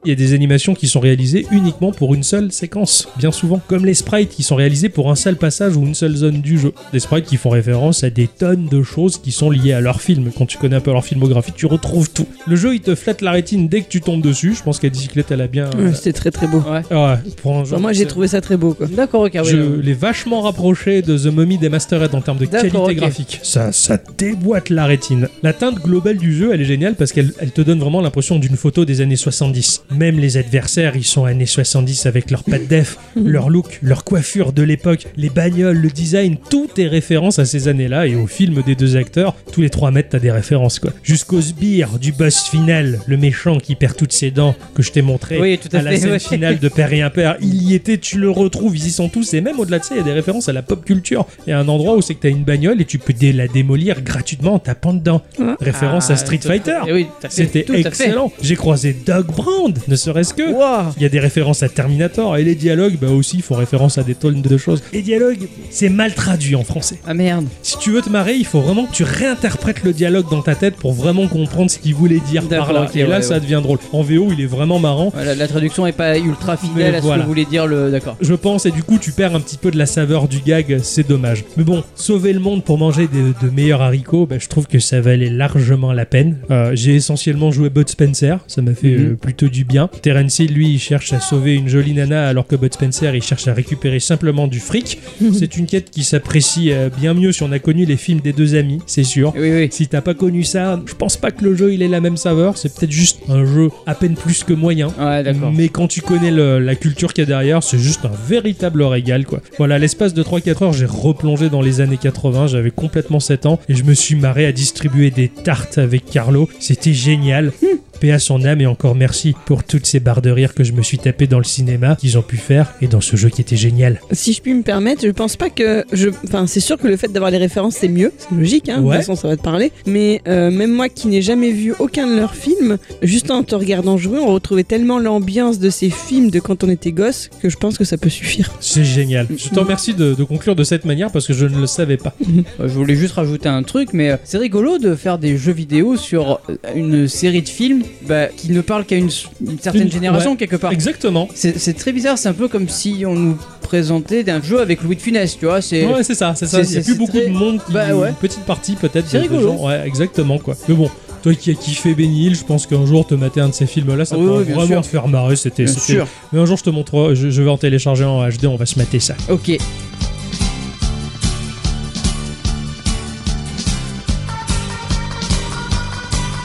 Il y a des animations qui sont réalisées uniquement pour une seule séquence, bien souvent, comme les sprites qui sont réalisés pour un seul passage ou une seule zone du jeu. Des sprites qui font référence à des tonnes de choses qui sont liées à leur film. Quand tu connais un peu leur filmographie, tu retrouves tout. Le jeu, il te flatte la rétine dès que tu tombes dessus. Je pense qu'à bicyclette, elle a bien. Ouais, C'était très très beau. Ouais. Ah ouais, pour un jeu- Enfin, moi j'ai trouvé ça très beau quoi. D'accord, ok. ouais, je ouais. l'ai vachement rapproché de The Mummy des Masterhead en termes de D'accord, qualité ok. graphique. Ça, ça déboîte la rétine. La teinte globale du jeu, elle est géniale parce qu'elle elle te donne vraiment l'impression d'une photo des années 70. Même les adversaires, ils sont années 70 avec leur patte def, Mhm. leur look, leur coiffure de l'époque, les bagnoles, le design, tout est référence à ces années-là et au film des deux acteurs. Tous les 3 mètres, t'as des références quoi. Jusqu'au sbire du boss final, le méchant qui perd toutes ses dents que je t'ai montré Oui, tout à la fait, scène ouais. finale de Père et Impère. Il y était, tu le retrouves, ils y sont tous. Et même au-delà de ça, il y a des références à la pop culture. Il y a un endroit où c'est que t'as une bagnole et tu peux dé- la démolir gratuitement en tapant dedans. Ouais. Référence Ah, à Street tout- Fighter. Eh oui, tout à fait, C'était tout à fait. excellent. J'ai croisé Doug Brand, ne serait-ce que. Wouah. Il y a des références à Terminator et les dialogues, bah aussi, font référence à des tonnes de choses. Les dialogues, c'est mal traduit en français. Ah merde. Si tu veux te marrer, il faut vraiment que tu réinterprètes le dialogue dans ta tête pour vraiment comprendre ce qu'il voulait dire par D'accord, là. ok, et là, ouais, ça ouais. devient drôle. En VO, il est vraiment marrant. Voilà, la traduction est pas ultra fidèle Mais à ce voilà. que voulait dire le. D'accord. je pense, et du coup tu perds un petit peu de la saveur du gag, c'est dommage. Mais bon, sauver le monde pour manger des- de meilleurs haricots, bah, je trouve que ça valait largement la peine. Euh, J'ai essentiellement joué Bud Spencer, ça m'a fait Mhm. euh, plutôt du bien. Terence Hill, lui, il cherche à sauver une jolie nana, alors que Bud Spencer, il cherche à récupérer simplement du fric. c'est une quête qui s'apprécie euh, bien mieux si on a connu les films des deux amis, c'est sûr. Eh Oui, oui. Si t'as pas connu ça, je pense pas que le jeu il ait la même saveur, c'est peut-être juste un jeu à peine plus que moyen. Ouais, Ah, d'accord. Mais quand tu connais le- la culture qu'il y a derrière, c'est juste un véritable régal, quoi. Voilà, l'espace de 3-4 heures, j'ai replongé dans les années 80, j'avais complètement 7 ans, et je me suis marré à distribuer des tartes avec Carlo. C'était génial. Paix à son âme, et encore merci pour toutes ces barres de rire que je me suis tapé dans le cinéma, qu'ils ont pu faire, et dans ce jeu qui était génial. Si je puis me permettre, je pense pas que. Je... Enfin, c'est sûr que le fait d'avoir les références, c'est mieux, c'est logique, hein, de Ouais. toute façon, ça va te parler. Mais euh, même moi qui n'ai jamais vu aucun de leurs films, juste en te regardant jouer, on retrouvait tellement l'ambiance de ces films de quand on était gosse que je pense que ça peut suffire. C'est génial. Je te remercie de, de conclure de cette manière parce que je ne le savais pas. Euh, Je voulais juste rajouter un truc, mais euh, c'est rigolo de faire des jeux vidéo sur euh, une série de films bah, qui ne parlent qu'à une, s- une certaine Une- génération quelque part. Exactement. C'est c'est très bizarre, c'est un peu comme si on nous présentait d'un jeu avec Louis de Funès, tu vois. C'est Ouais, c'est ça, c'est ça. c'est- Il y a c'est- plus beaucoup c'est de très- monde qui. Bah ouais. Une petite partie peut-être. C'est de- de rigolo. gens. Ouais, exactement quoi. Mais bon. Toi qui as kiffé Benny Hill, je pense qu'un jour te mater un de ces films-là, ça Oui, pourrait oui, bien vraiment sûr. te faire marrer. C'était, bien c'était- sûr. Mais un jour je te montrerai, je, je vais en télécharger en HD, on va se mater ça. Ok.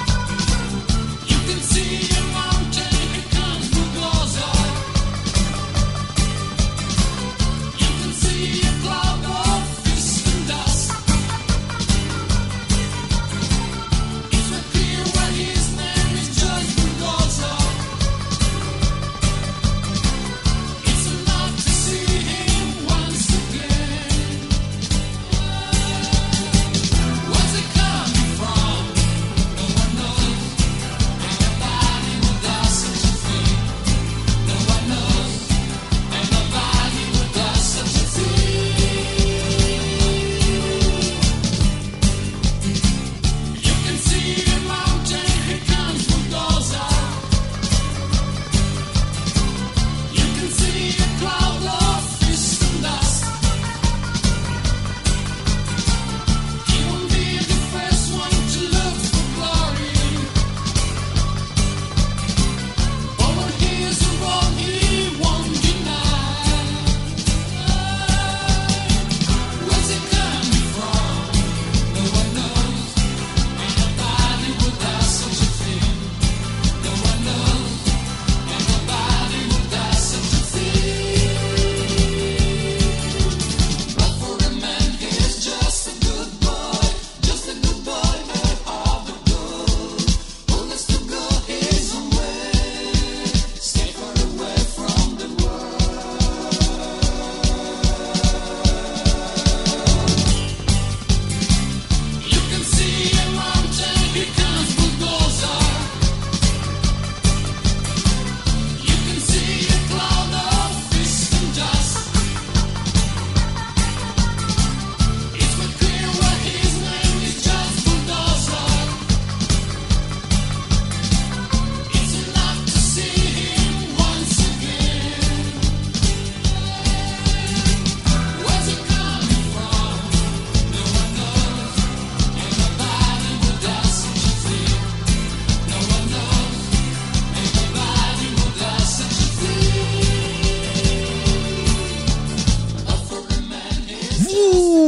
You can see a mountain, it comes from Gaza. You can see a cloud of dust and dust. It's not clear where his name is just from Gaza.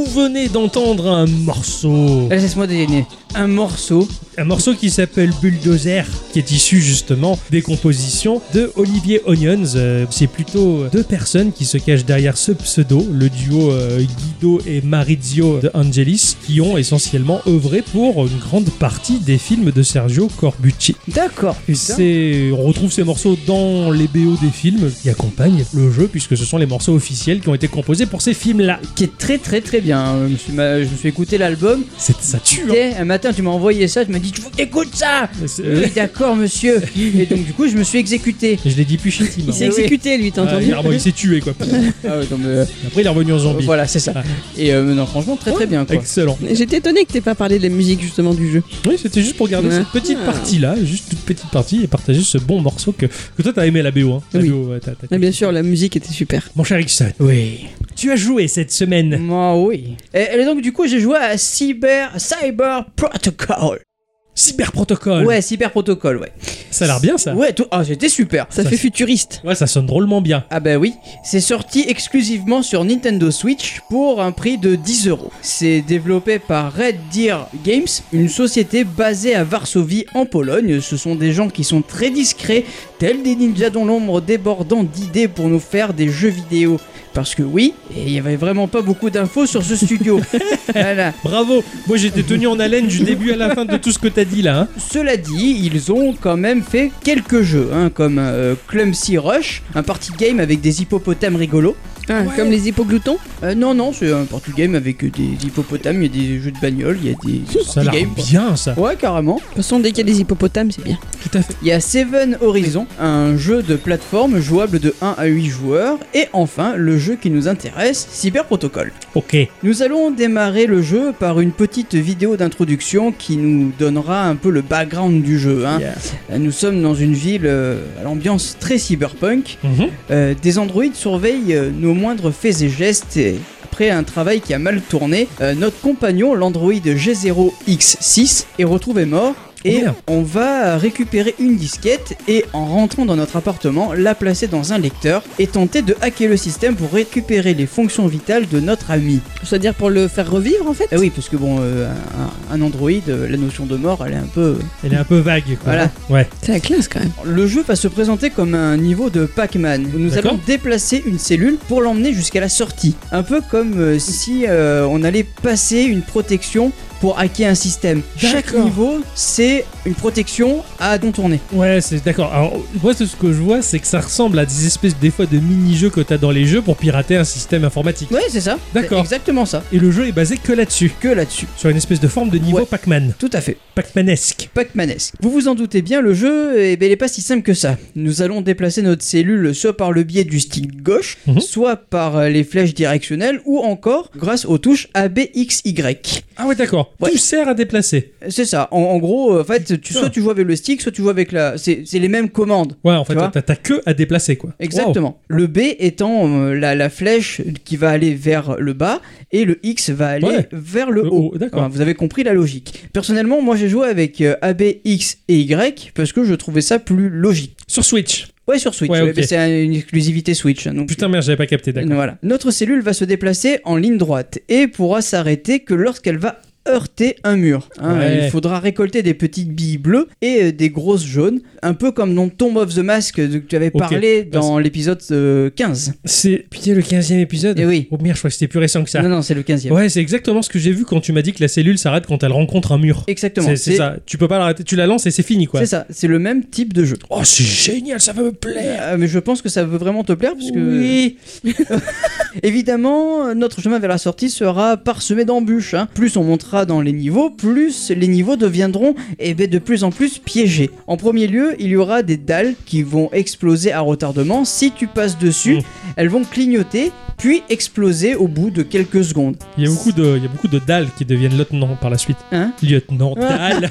venez d'entendre un morceau. Laisse-moi deviner. Un morceau. Un morceau qui s'appelle Bulldozer, qui est issu justement des compositions de Olivier Onions. Euh, C'est plutôt deux personnes qui se cachent derrière ce pseudo, le duo euh, Guido et Marizio de Angelis, qui ont essentiellement œuvré pour une grande partie des films de Sergio Corbucci. D'accord. Et putain. c'est, on retrouve ces morceaux dans les BO des films qui accompagnent le jeu, puisque ce sont les morceaux officiels qui ont été composés pour ces films-là. Qui est très très très bien. hein. Je me suis, ma- je me suis écouté l'album. C'est, ça tue, hein. Tiens, Un matin, tu m'as envoyé ça. Tu m'as dit tu écoute ça. C'est- Oui, d'accord, monsieur. Et donc, du coup, je me suis exécuté. Euh, Je l'ai dit plus chez hein. Il s'est Oui. exécuté, lui, t'as bah Ah, entendu il- ah, bon, il s'est tué quoi. Ah ouais, non, mais, euh, Après il est revenu en zombie. voilà, c'est ça. Ah. Et euh, non, franchement, très très bien. Quoi. Excellent. J'étais étonné que t'aies pas parlé de la musique justement du jeu. Oui, c'était juste pour garder Ouais. cette petite Ah. partie là, juste toute petite partie et partager ce bon morceau que, que toi t'as aimé la BO. Hein. La Oui. BO, ouais, t'as- t'as- Mais bien sûr, la musique était super. Mon cher Ixon, Oui. tu as joué cette semaine. Moi, oui. Et, et donc, du coup, j'ai joué à Cyber Cyber Protocol. Cyber Protocol. Ouais, Cyber Protocol, ouais. Ça a l'air bien ça. Ouais, tout- ah, c'était super. Ça, Ça, fait c'est- futuriste. Ouais, ça sonne drôlement bien. Ah bah oui, c'est sorti exclusivement sur Nintendo Switch pour un prix de 10 euros. C'est développé par Red Deer Games, une société basée à Varsovie en Pologne. Ce sont des gens qui sont très discrets, tels des ninjas dans l'ombre débordant d'idées pour nous faire des jeux vidéo. Parce que oui, et il y avait vraiment pas beaucoup d'infos sur ce studio. voilà. Bravo. Moi j'étais tenu en haleine du début à la fin de tout ce que t'as dit là. hein. Cela dit, ils ont quand même fait quelques jeux, hein, comme euh, Clumsy Rush, un party game avec des hippopotames rigolos. Ah, Comme les hippogloutons. Euh, non, non, c'est un party game avec des hippopotames, il y a des jeux de bagnole, il y a des Ça a party l'air games. bien ça. Ouais, carrément. De toute façon, dès qu'il y a des hippopotames, c'est bien. Tout à fait. Il y a Seven Horizon, un jeu de plateforme jouable de 1 à 8 joueurs. Et enfin, le jeu qui nous intéresse, Cyber Protocol. Ok. Nous allons démarrer le jeu par une petite vidéo d'introduction qui nous donnera un peu le background du jeu. hein. Yeah. Nous sommes dans une ville euh, à l'ambiance très cyberpunk. Mhm. Euh, des androïdes surveillent euh, nos moindres faits et gestes et après un travail qui a mal tourné, euh, notre compagnon, l'androïde G0X6, est retrouvé mort. Et Merde. on va récupérer une disquette et en rentrant dans notre appartement, la placer dans un lecteur et tenter de hacker le système pour récupérer les fonctions vitales de notre ami. C'est-à-dire pour le faire revivre en fait Ah oui, parce que bon, euh, un, un androïde, euh, la notion de mort, elle est un peu... Elle est un peu vague. Quoi. Voilà. Ouais. C'est la classe quand même. Le jeu va se présenter comme un niveau de Pac-Man. où Nous D'accord. allons déplacer une cellule pour l'emmener jusqu'à la sortie. Un peu comme euh, si euh, on allait passer une protection pour hacker un système. Chaque D'accord. niveau, c'est une protection à contourner. Ouais, c'est d'accord. Alors, moi, c'est ce que je vois, c'est que ça ressemble à des espèces, des fois, de mini-jeux que t'as dans les jeux pour pirater un système informatique. Ouais, c'est ça. D'accord. C'est Exactement ça. Et le jeu est basé que là-dessus, Que là-dessus. sur une espèce de forme de niveau Ouais. Pac-Man, Tout à fait. Pac-Manesque. Pac-Manesque. Vous vous en doutez bien, le jeu eh ben, il est pas si simple que ça. Nous allons déplacer notre cellule soit par le biais du stick gauche, Mhm. soit par euh, les flèches directionnelles, ou encore grâce aux touches ABXY. Ah ouais, d'accord. Ouais. Tu sers à déplacer. C'est ça. En, en gros, euh, en fait, tu, Putain. soit tu joues avec le stick, soit tu joues avec la. C'est c'est les mêmes commandes. Ouais, en fait, Tu vois t'as t'as que à déplacer, quoi. Exactement. Le B étant euh, la, la flèche qui va aller vers le bas et le X va aller Ouais. vers le Le haut. haut, d'accord. Enfin, vous avez compris la logique. Personnellement, moi j'ai joué avec euh, A, B, X et Y parce que je trouvais ça plus logique. Wow. Sur Switch. Ouais, sur Switch. Ouais, Ouais, ok. mais C'est un- une exclusivité Switch. hein, Donc, Putain, merde, j'avais pas capté, d'accord. Voilà. Notre cellule va se déplacer en ligne droite et pourra s'arrêter que lorsqu'elle va heurter un mur. hein. Ouais. Il faudra récolter des petites billes bleues et euh, des grosses jaunes, un peu comme dans Tomb of the Mask euh, que tu avais Ok. parlé dans l'épisode euh, 15. C'est, putain, le 15 e épisode Eh oui. Oh merde, je crois que c'était plus récent que ça. Non, non, c'est le 15e. Ouais, c'est exactement ce que j'ai vu quand tu m'as dit que la cellule s'arrête quand elle rencontre un mur. Exactement. C'est c'est ça. Tu peux pas l'arrêter, tu la lances et c'est fini, quoi. C'est ça, c'est le même type de jeu. Oh, c'est génial, ça va me plaire. Euh, mais je pense que ça veut vraiment te plaire parce que Oui. évidemment euh, notre chemin vers la sortie sera parsemé d'embûches. hein. Plus on montera dans les niveaux, plus les niveaux deviendront eh ben, de plus en plus piégés. En premier lieu, il y aura des dalles qui vont exploser à retardement. Si tu passes dessus, Mm. elles vont clignoter puis exploser au bout de quelques secondes. Il y a beaucoup de, il y a beaucoup de dalles qui deviennent lieutenants par la suite. Hein Lieutenant dalle.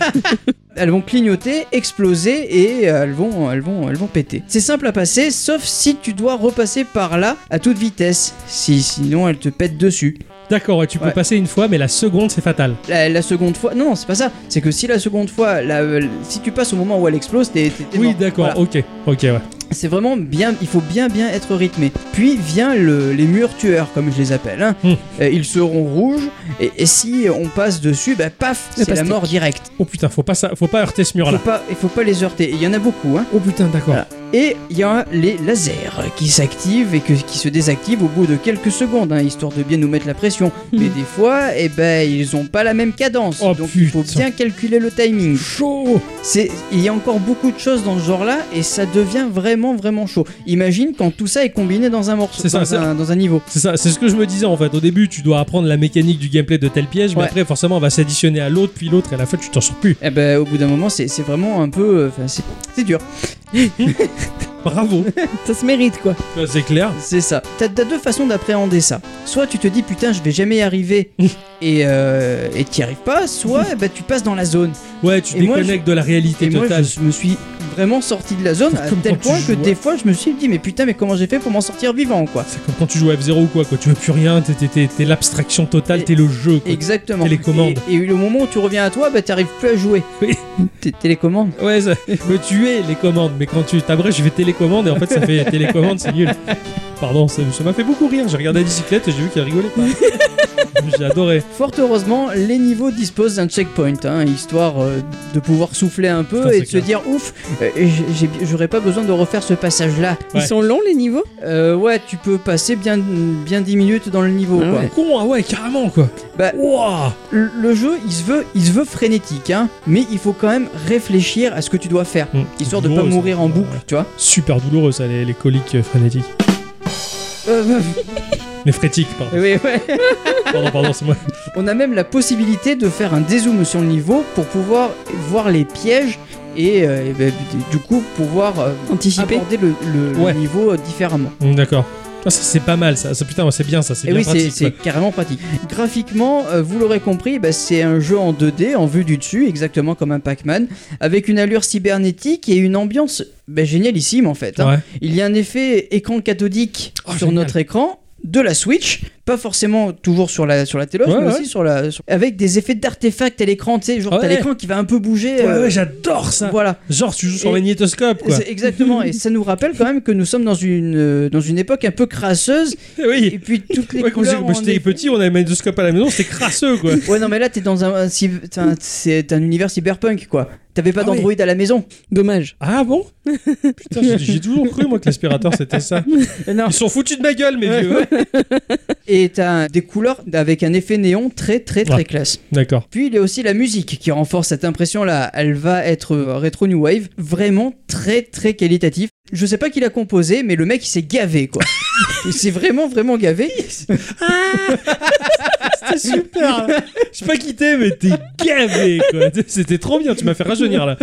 Elles vont clignoter, exploser et euh, elles vont, elles vont, elles vont péter. C'est simple à passer, sauf si tu dois repasser par là à toute vitesse. Si sinon elles te pètent dessus. D'accord, ouais, tu peux Ouais. passer une fois, mais la seconde c'est fatal. La, la seconde fois, non, non, c'est pas ça. C'est que si la seconde fois, la- euh, si tu passes au moment où elle explose, t'es, t'es- t'es Oui, mort. d'accord, Voilà. ok, ok, ouais. C'est vraiment bien, il faut bien bien être rythmé. Puis vient le- les murs tueurs, comme je les appelle. hein. Hmm. Euh, Ils seront rouges, et, et si on passe dessus, bah paf, La c'est la pastèque. mort directe. Oh putain, faut pas, ça, faut pas heurter ce Il faut mur-là. pas, il faut pas les heurter, il y en a beaucoup. Hein. Oh putain, d'accord. Voilà. Et il y a les lasers qui s'activent et que- qui se désactivent au bout de quelques secondes, hein, histoire de bien nous mettre la pression. Mais des fois, eh ben, ils ont pas la même cadence, Oh, donc il faut putain. bien calculer le timing. Chaud C'est- il y a encore beaucoup de choses dans ce genre-là et ça devient vraiment vraiment chaud. Imagine quand tout ça est combiné dans un morceau, C'est ça, dans, c'est- un, dans un niveau. C'est ça, c'est ce que je me disais en fait. Au début, tu dois apprendre la mécanique du gameplay de tel piège, mais Ouais. après, forcément, on va s'additionner à l'autre, puis l'autre, et à la fin, tu t'en sors plus. Eh ben, au bout d'un moment, c'est c'est vraiment un peu, euh, enfin, c'est c'est dur. Bravo Ça se mérite quoi. Ça, C'est clair. C'est ça. T'as t'as deux façons d'appréhender ça. Soit tu te dis putain, je vais jamais y arriver et euh, et t'y arrives pas. Soit eh ben, tu passes dans la zone. Ouais, tu Et moi, déconnectes de la réalité Et moi, totale. je me suis vraiment sorti de la zone à Comment tel tu point que joues, des fois, je me suis dit mais putain, mais comment j'ai fait pour m'en sortir vivant quoi. C'est comme quand tu joues à F0 ou quoi, quoi. Tu veux plus rien, t'es- t'es t'es- t'es l'abstraction totale, Et- t'es le jeu, quoi. Exactement. Télécommande. Et, et le moment où tu reviens à toi, bah t'arrives plus à jouer. Oui. T- Télécommande. Ouais, ça me tuer les commandes, mais quand tu t'abréges, je fais télécommande et en fait ça fait télécommande, c'est nul. Pardon, ça ça m'a fait beaucoup rire. J'ai regardé la bicyclette et j'ai vu qu'elle rigolait pas. j'ai adoré. Fort heureusement, les niveaux disposent d'un checkpoint, hein, histoire euh, de pouvoir souffler un peu Putain, et c'est de se clair. dire ouf, euh, j'ai- j'ai- j'aurais pas besoin de refaire ce passage-là. Ouais. Ils sont longs les niveaux Euh, ouais, tu peux passer bien, bien 10 minutes dans le niveau. Ah quoi. ouais. Con, ah ouais, carrément quoi. Bah- Ouah. Le, le jeu, il se veut, il se veut frénétique, hein, mais il faut quand même réfléchir à ce que tu dois faire, Hum, histoire de pas douloureux, ça. mourir en Ouais, boucle, ouais. tu vois. Super douloureux ça, les, les coliques euh, frénétiques. Euh, Les frétiques, pardon. Eh oui, ouais. Pardon, pardon, c'est moi. On a même la possibilité de faire un dézoom sur le niveau pour pouvoir voir les pièges et, euh, et ben, du coup pouvoir euh, Ah Anticipés. aborder le, le- le Ouais. niveau euh, différemment. Hum, D'accord. Ah, ça c'est pas mal ça. Ça, Putain, ouais, c'est bien ça, c'est Et bien Eh oui, c'est- pratique. c'est quoi. carrément pratique. Graphiquement, euh, vous l'aurez compris, bah, c'est un jeu en 2D, en vue du dessus, exactement comme un Pac-Man, avec une allure cybernétique et une ambiance bah, génialissime en fait. hein. Ouais. Il y a un effet écran cathodique Oh, sur génial. notre écran de la Switch, pas forcément toujours sur la sur la télos, Ouais, mais ouais. aussi sur la sur- avec des effets d'artefacts à l'écran, tu sais, genre t'as Ouais. l'écran qui va un peu bouger. Ouais, euh, ouais, j'adore ça. voilà, Genre, tu joues sur Et- magnétoscope quoi. C'est- exactement, et ça nous rappelle quand même que nous sommes dans une euh, dans une époque un peu crasseuse, et Eh Oui. puis toutes les Ouais, quand couleurs. j'ai- quand en j'étais effet- petit, on avait un magnétoscope à la maison, c'était crasseux quoi. Ouais, non, mais là, t'es dans un, un cy- t'es un- c'est un univers cyberpunk, quoi. T'avais pas Ah d'Android à la maison. Dommage. Ah bon Putain, j'ai- j'ai toujours cru moi que l'aspirateur c'était ça. Non. Ils sont foutus de ma gueule mes vieux. Et t'as des couleurs avec un effet néon très, très, très Ouais. classe. D'accord. Puis il y a aussi la musique qui renforce cette impression-là. Elle va être euh, rétro new wave, vraiment très, très qualitatif. Je sais pas qui l'a composé, mais le mec il s'est gavé, quoi. il s'est vraiment, vraiment gavé. C'était super. Je pas quitté mais t'es gavé quoi. C'était trop bien, tu m'as fait rajeunir là.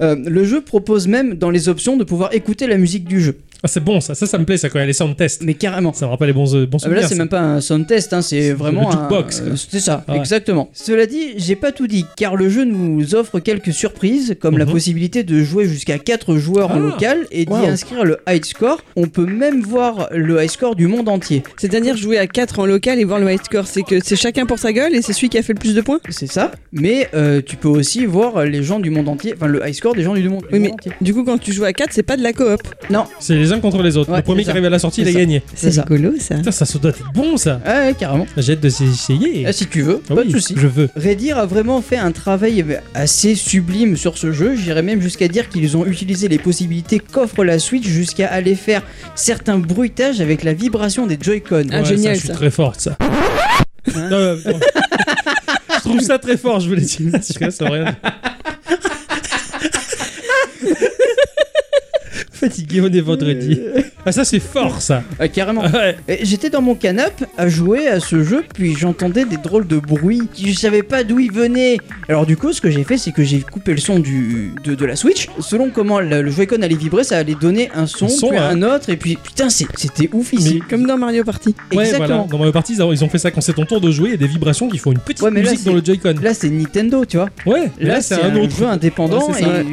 Euh, le jeu propose même dans les options de pouvoir écouter la musique du jeu. Ah, c'est bon ça, ça ça me plaît ça quand il y a les sound tests. Mais carrément. Ça me rappelle les bons euh, bons Ah bah là, souvenirs. c'est ça. même pas un sound test, hein, c'est C'est vraiment le un. jukebox, quoi. euh, C'est ça, Ah ouais. exactement. Cela dit, j'ai pas tout dit, car le jeu nous offre quelques surprises, comme la Mhm. possibilité de jouer jusqu'à 4 joueurs en Ah. local et d'y Wow. inscrire le high score. On peut même voir le high score du monde entier. C'est-à-dire jouer à 4 en local et voir le high score, c'est que c'est chacun pour sa gueule et c'est celui qui a fait le plus de points C'est ça. Mais euh, tu peux aussi voir les gens du monde entier, enfin le high score des gens du monde, du Oui, monde mais entier. du coup, quand tu joues à 4, c'est pas de la coop. C'est les uns contre les autres. Ouais, le premier c'est qui ça. arrive à la sortie, il C'est est ça. gagné. C'est ça. rigolo ça. Putain, ça se doit être bon ça. Ah ouais, carrément. J'ai hâte de s'essayer. Ah, si tu veux, Ah pas oui, de soucis. Je veux. Redir a vraiment fait un travail assez sublime sur ce jeu. J'irais même jusqu'à dire qu'ils ont utilisé les possibilités qu'offre la Switch jusqu'à aller faire certains bruitages avec la vibration des Joy-Con. Ah, Ouais, ça. génial, Je suis ça. très forte ça. Non, euh, bon. je trouve ça très fort, je voulais dire. Je rigole, ça veut rien. dire. Fatigué, on est vendredi. Ah, ça, c'est fort ça. Ah, carrément. Ah ouais. Et J'étais dans mon canapé à jouer à ce jeu, puis j'entendais des drôles de bruits. Je savais pas d'où ils venaient. Alors du coup, ce que j'ai fait, c'est que j'ai coupé le son du, de, de la Switch. Selon comment le, le Joy-Con allait vibrer, ça allait donner un son, Un son, puis ouais. un autre, et puis putain, c'est- c'était ouf ici. Comme dans Mario Party. Ouais, Exactement. voilà. Dans Mario Party, ils ont- ils ont fait ça quand c'est ton tour de jouer. Il y a des vibrations qui font une petite Ouais, mais là, musique dans le Joy-Con. Là, c'est Nintendo, tu vois. Ouais, mais Là, c'est un, autre. jeu indépendant Ouais, c'est ça. et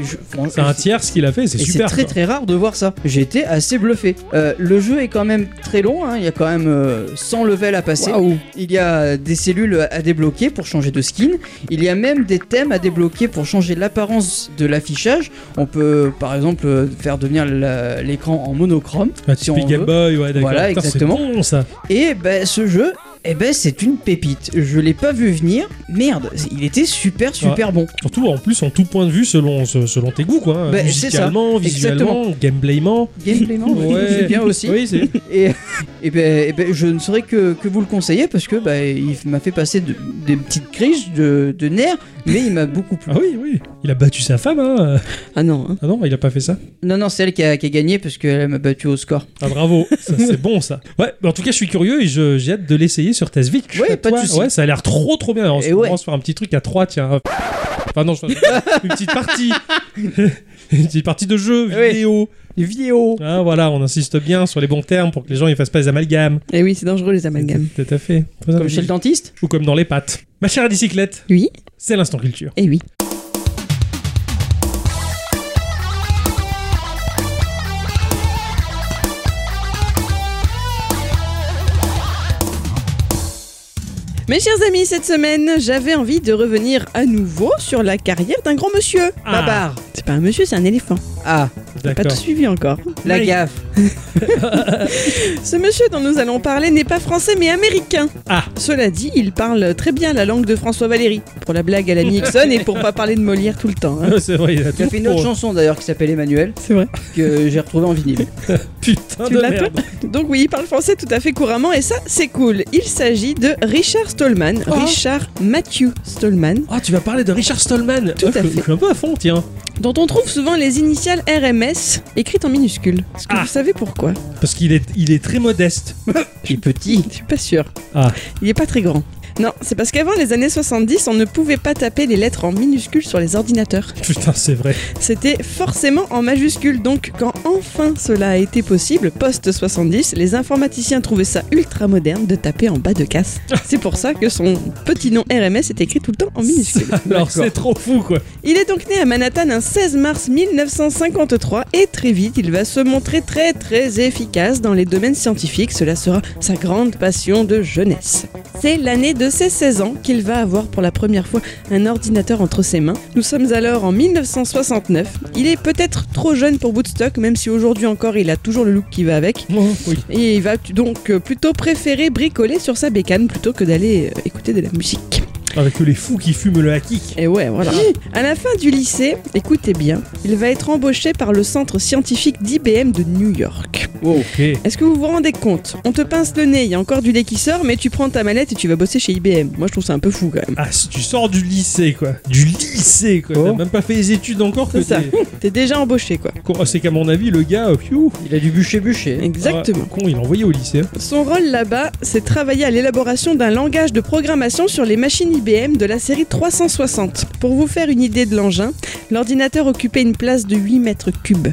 je- C'est un tiers ce qu'il a fait, c'est et c'est super. très quoi. très rare de voir ça. J'ai été assez bluffé. Euh, le jeu est quand même très long, hein, il y a quand même euh, 100 levels à passer. Waouh. Il y a des cellules à débloquer pour changer de skin. Il y a même des thèmes à débloquer pour changer l'apparence de l'affichage. On peut par exemple euh, faire devenir la- l'écran en monochrome. Ah, si on typique Game veut. Boy, ouais, d'accord. Voilà, Putain, c'est exactement. bon, ça. Et ben ce jeu, eh ben c'est une pépite. Je l'ai pas vu venir. Merde, il était super super bon. Surtout, en plus, en tout point de vue, selon, se- selon tes goûts, quoi. hein. Bah, c'est ça. Musicalement, visuellement, gameplayment. Gameplay non Ouais. c'est bien aussi. Oui, c'est. Et, et, ben, et ben, je ne saurais que, que vous le conseiller parce que ben, il m'a fait passer de- des petites crises de, de nerfs, mais il m'a beaucoup plu. Ah oui, oui. Il a battu sa femme, hein. Ah non. hein. Ah non, il a pas fait ça. Non, non, c'est elle qui a, qui a gagné parce qu'elle m'a battu au score. Ah bravo, ça, c'est bon ça. Ouais, mais en tout cas, je suis curieux et je- j'ai hâte de l'essayer sur ta Switch. Ouais, À pas de toi. soucis. Ouais, ça a l'air trop trop bien. On se Et ouais. commence par un petit truc à 3, tiens. Enfin non, je une petite partie. une petite partie de jeu Ouais. vidéo. Vidéo Ah voilà, on insiste bien sur les bons termes pour que les gens ils fassent pas les amalgames. Eh oui, c'est dangereux les amalgames. Tout à fait. Très Comme intelligent. chez le dentiste Ou comme dans les pattes. Ma chère à bicyclette, Oui, c'est l'instant culture. et oui. Mes chers amis, cette semaine, j'avais envie de revenir à nouveau sur la carrière d'un grand monsieur. Ah. Babar C'est pas un monsieur, c'est un éléphant. Ah, Pas D'accord. tout suivi encore. la Oui. gaffe Ce monsieur dont nous allons parler n'est pas français mais américain. Ah. Cela dit, il parle très bien la langue de François Valéry. Pour la blague à la Nixon et pour pas parler de Molière tout le temps. hein. c'est vrai, il a Tu as tout fait une autre pour- chanson d'ailleurs qui s'appelle Emmanuel, C'est vrai. que j'ai retrouvée en vinyle. Putain Tu de l'as, toi merde. Donc oui, il parle français tout à fait couramment et ça, c'est cool. Il s'agit de Richard Stallman. Oh. Richard Matthew Stallman. Ah, tu vas parler de Richard Stallman. Tout Ah, à je- fait. Je suis un peu à fond, tiens. Dont on trouve souvent les initiales RMS écrites en minuscules. Est-ce que Ah. vous savez pourquoi Parce qu'il est, il est très modeste. Il est petit. Je suis pas sûr. Ah. Il est pas très grand. Non, c'est parce qu'avant les années 70, on ne pouvait pas taper les lettres en minuscules sur les ordinateurs. Putain, c'est vrai. C'était forcément en majuscule, donc quand enfin cela a été possible, post-70, les informaticiens trouvaient ça ultra moderne de taper en bas de casse. C'est pour ça que son petit nom RMS est écrit tout le temps en minuscule. Alors c'est trop fou quoi. Il est donc né à Manhattan un 16 mars 1953 et très vite il va se montrer très très efficace dans les domaines scientifiques, cela sera sa grande passion de jeunesse. C'est l'année de ses 16 ans qu'il va avoir pour la première fois un ordinateur entre ses mains. Nous sommes alors en 1969. Il est peut-être trop jeune pour Woodstock, même si aujourd'hui encore il a toujours le look qui va avec. Oui. Et il va t- donc euh, plutôt préférer bricoler sur sa bécane plutôt que d'aller euh, écouter de la musique. Avec les fous qui fument le hakik. Et ouais, voilà. À la fin du lycée, écoutez bien, il va être embauché par le centre scientifique d'IBM de New York. Ok. Est-ce que vous vous rendez compte On te pince le nez, il y a encore du lait qui sort, mais tu prends ta mallette et tu vas bosser chez IBM. Moi, je trouve ça un peu fou quand même. Ah, si tu sors du lycée quoi. Du lycée quoi. T'as Oh. même pas fait les études encore que C'est ça. t'es- T'es déjà embauché, quoi. Quoi, C'est qu'à mon avis le gars, euh, piou. Il a du bûcher-bûcher. Exactement. Ah, con, il est envoyé au lycée. Son rôle là-bas, c'est travailler à l'élaboration d'un langage de programmation sur les machines IBM de la série 360. Pour vous faire une idée de l'engin, l'ordinateur occupait une place de 8 mètres cubes.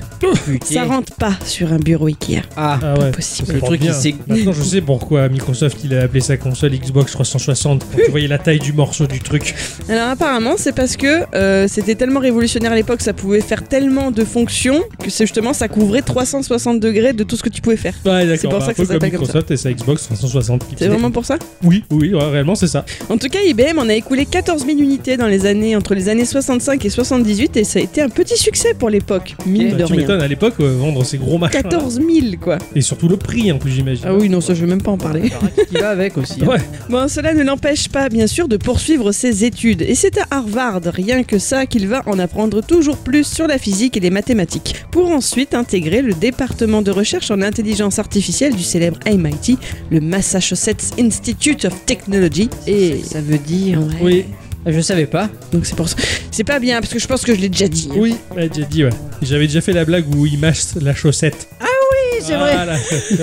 Ça rentre pas sur un bureau Ikea. Ah, Ah ouais. Possible. Ça Le porte truc, bien. il s'est- Maintenant je sais pourquoi Microsoft il a appelé sa console Xbox 360 Hum. quand tu voyais la taille du morceau du truc. Alors apparemment c'est parce que euh, c'était tellement révolutionnaire à l'époque, ça pouvait faire tellement de fonctions que c'est justement ça couvrait 360 degrés de tout ce que tu pouvais faire. Ouais d'accord. C'est pour bah, ça un que peu ça s'appelle comme Microsoft et sa Xbox 360. C'est vraiment pour ça Oui, oui, ouais, réellement c'est ça. En tout cas IBM en a écoulé 14 000 unités dans les années entre les années 65 et 78 et ça a été un petit succès pour l'époque, mine Bah, de tu rien. m'étonnes à l'époque euh, vendre ces gros machins. là. 14 000 quoi. Et surtout le prix en plus j'imagine. Ah oui non ça je vais même pas en parler. qui va avec aussi. hein. Ouais. Bon, cela ne l'empêche pas, bien sûr, de poursuivre ses études. Et c'est à Harvard, rien que ça, qu'il va en apprendre toujours plus sur la physique et les mathématiques, pour ensuite intégrer le département de recherche en intelligence artificielle du célèbre MIT, le Massachusetts Institute of Technology. Et. Ça veut dire. Oui, Ouais. Je savais pas. Donc c'est pour ça. C'est pas bien, parce que je pense que je l'ai déjà dit. hein. Oui, bah, j'ai dit, ouais. J'avais déjà fait la blague où il mâche la chaussette. Ah oui, c'est vrai.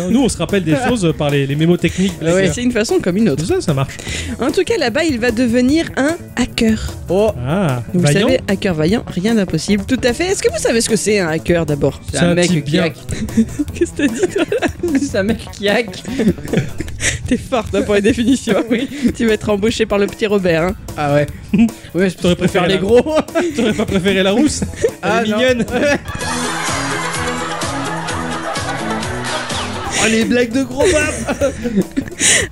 Nous, on se rappelle des choses par les, les mémos techniques. Ah C'est- blagueurs. C'est une façon comme une autre. Tout ça, ça marche. En tout cas, là-bas, il va devenir un hacker. Oh, Ah, Vous vaillant. savez, hacker vaillant, rien d'impossible. Tout à fait. Est-ce que vous savez ce que c'est un hacker d'abord c'est C'est un un mec type qui bien. hack. Qu'est-ce que t'as dit toi C'est un mec qui hack. T'es forte hein, pour les définitions. oui. Tu vas être embauché par le petit Robert. hein. Ah ouais. Ouais, je T'aurais préfère préféré les la- gros. T'aurais pas préféré la rousse Elle Ah, est non. mignonne. Oh, les blagues de gros pape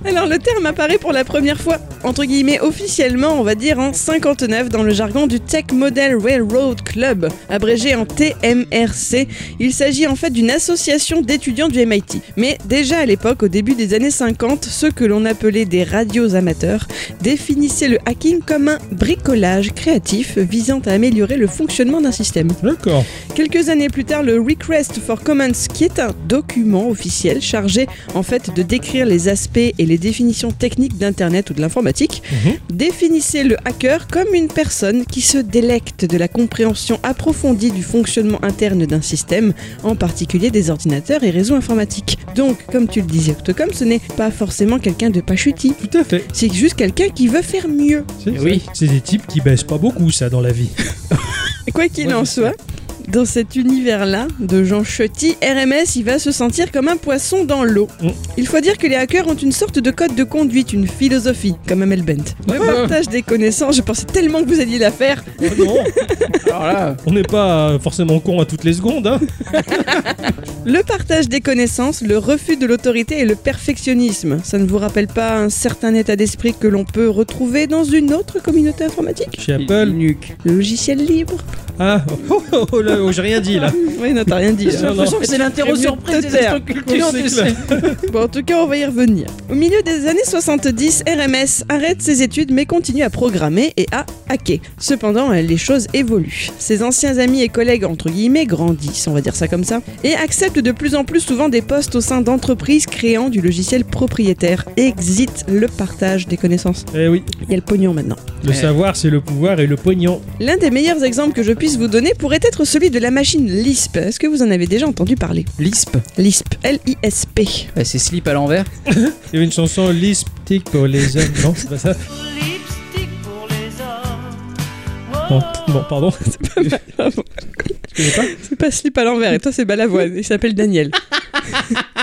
Alors le terme apparaît pour la première fois, entre guillemets officiellement, on va dire en 59 dans le jargon du Tech Model Railroad Club, abrégé en TMRC. Il s'agit en fait d'une association d'étudiants du MIT. Mais déjà à l'époque, au début des années 50, ceux que l'on appelait des radios amateurs définissaient le hacking comme un bricolage créatif visant à améliorer le fonctionnement d'un système. D'accord. Quelques années plus tard, le Request for Commons, qui est un document officiel chargé en fait de décrire les aspects et les définitions techniques d'Internet ou de l'informatique, définissait le hacker comme une personne qui se délecte de la compréhension approfondie du fonctionnement interne d'un système, en particulier des ordinateurs et réseaux informatiques. Donc, comme tu le disais, Octocom, ce n'est pas forcément quelqu'un de pachuti, Tout à fait. c'est juste quelqu'un qui veut faire mieux. C'est- Oui. C'est des types qui baissent pas beaucoup, ça, dans la vie. Quoi qu'il Ouais, en je sais. soit, dans cet univers-là de Jean Chetty, RMS, il va se sentir comme un poisson dans l'eau. Mm. Il faut dire que les hackers ont une sorte de code de conduite, une philosophie, comme Amel Bent. Le Ouais, bah. partage des connaissances, je pensais tellement que vous alliez la faire. Oh non, Alors là, on n'est pas euh, forcément con à toutes les secondes. Hein. Le partage des connaissances, le refus de l'autorité et le perfectionnisme. Ça ne vous rappelle pas un certain état d'esprit que l'on peut retrouver dans une autre communauté informatique Chez il- Apple. il nuque. Le logiciel libre Ah, oh, oh, oh, là, oh, j'ai rien dit là. Oui, non, t'as rien dit. Non, là. non. que c'est l'interro surprise des Terre. culture, C'est tu clair. sais. Bon, en tout cas, on va y revenir. Au milieu des années 70, RMS arrête ses études mais continue à programmer et à hacker. Cependant, les choses évoluent. Ses anciens amis et collègues, entre guillemets, grandissent, on va dire ça comme ça, et acceptent de plus en plus souvent des postes au sein d'entreprises créant du logiciel propriétaire. Exit le partage des connaissances. Eh oui, Il y a le pognon maintenant. le Ouais. savoir, c'est le pouvoir et le pognon. L'un des meilleurs exemples que je puisse vous donner pourrait être celui de la machine Lisp. Est-ce que vous en avez déjà entendu parler Lisp. Lisp, L-I-S-P. Bah, c'est slip à l'envers. Il y avait une chanson Lipstick pour les hommes. Non, c'est pas ça. Lipstick pour les hommes. Bon, bon, pardon. Je connais pas. C'est pas slip à l'envers, et toi c'est Balavoine, il s'appelle Daniel.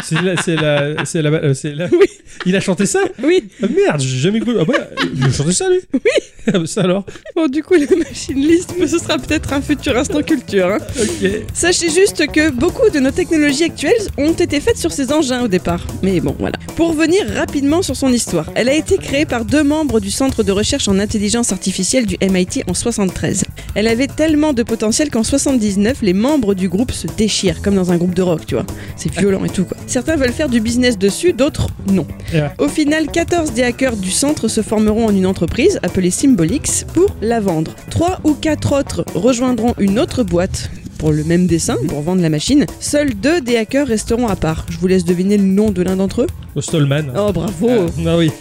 C'est la, c'est la, c'est la, euh, c'est la- Oui. Il a chanté ça Oui, Ah, Merde, j'ai jamais cru. Ah bah, il a chanté ça lui Oui. Ah bah, ça alors. bon du coup la machine Lisp, ce sera peut-être un futur instant culture. hein. Ok. Sachez juste que beaucoup de nos technologies actuelles ont été faites sur ces engins au départ. Mais bon, voilà. Pour revenir rapidement sur son histoire, elle a été créée par deux membres du Centre de recherche en intelligence artificielle du MIT en 73. Elle avait tellement de potentiel qu'en 79, les membres du groupe se déchirent, comme dans un groupe de rock, tu vois. C'est violent et tout, quoi. Certains veulent faire du business dessus, d'autres non. Ouais. Au final, 14 des hackers du centre se formeront en une entreprise appelée Symbolix pour la vendre. Trois ou quatre autres rejoindront une autre boîte pour le même dessin, pour vendre la machine. Seuls deux des hackers resteront à part. Je vous laisse deviner le nom de l'un d'entre eux. Au Stallman. Oh bravo Ah oui.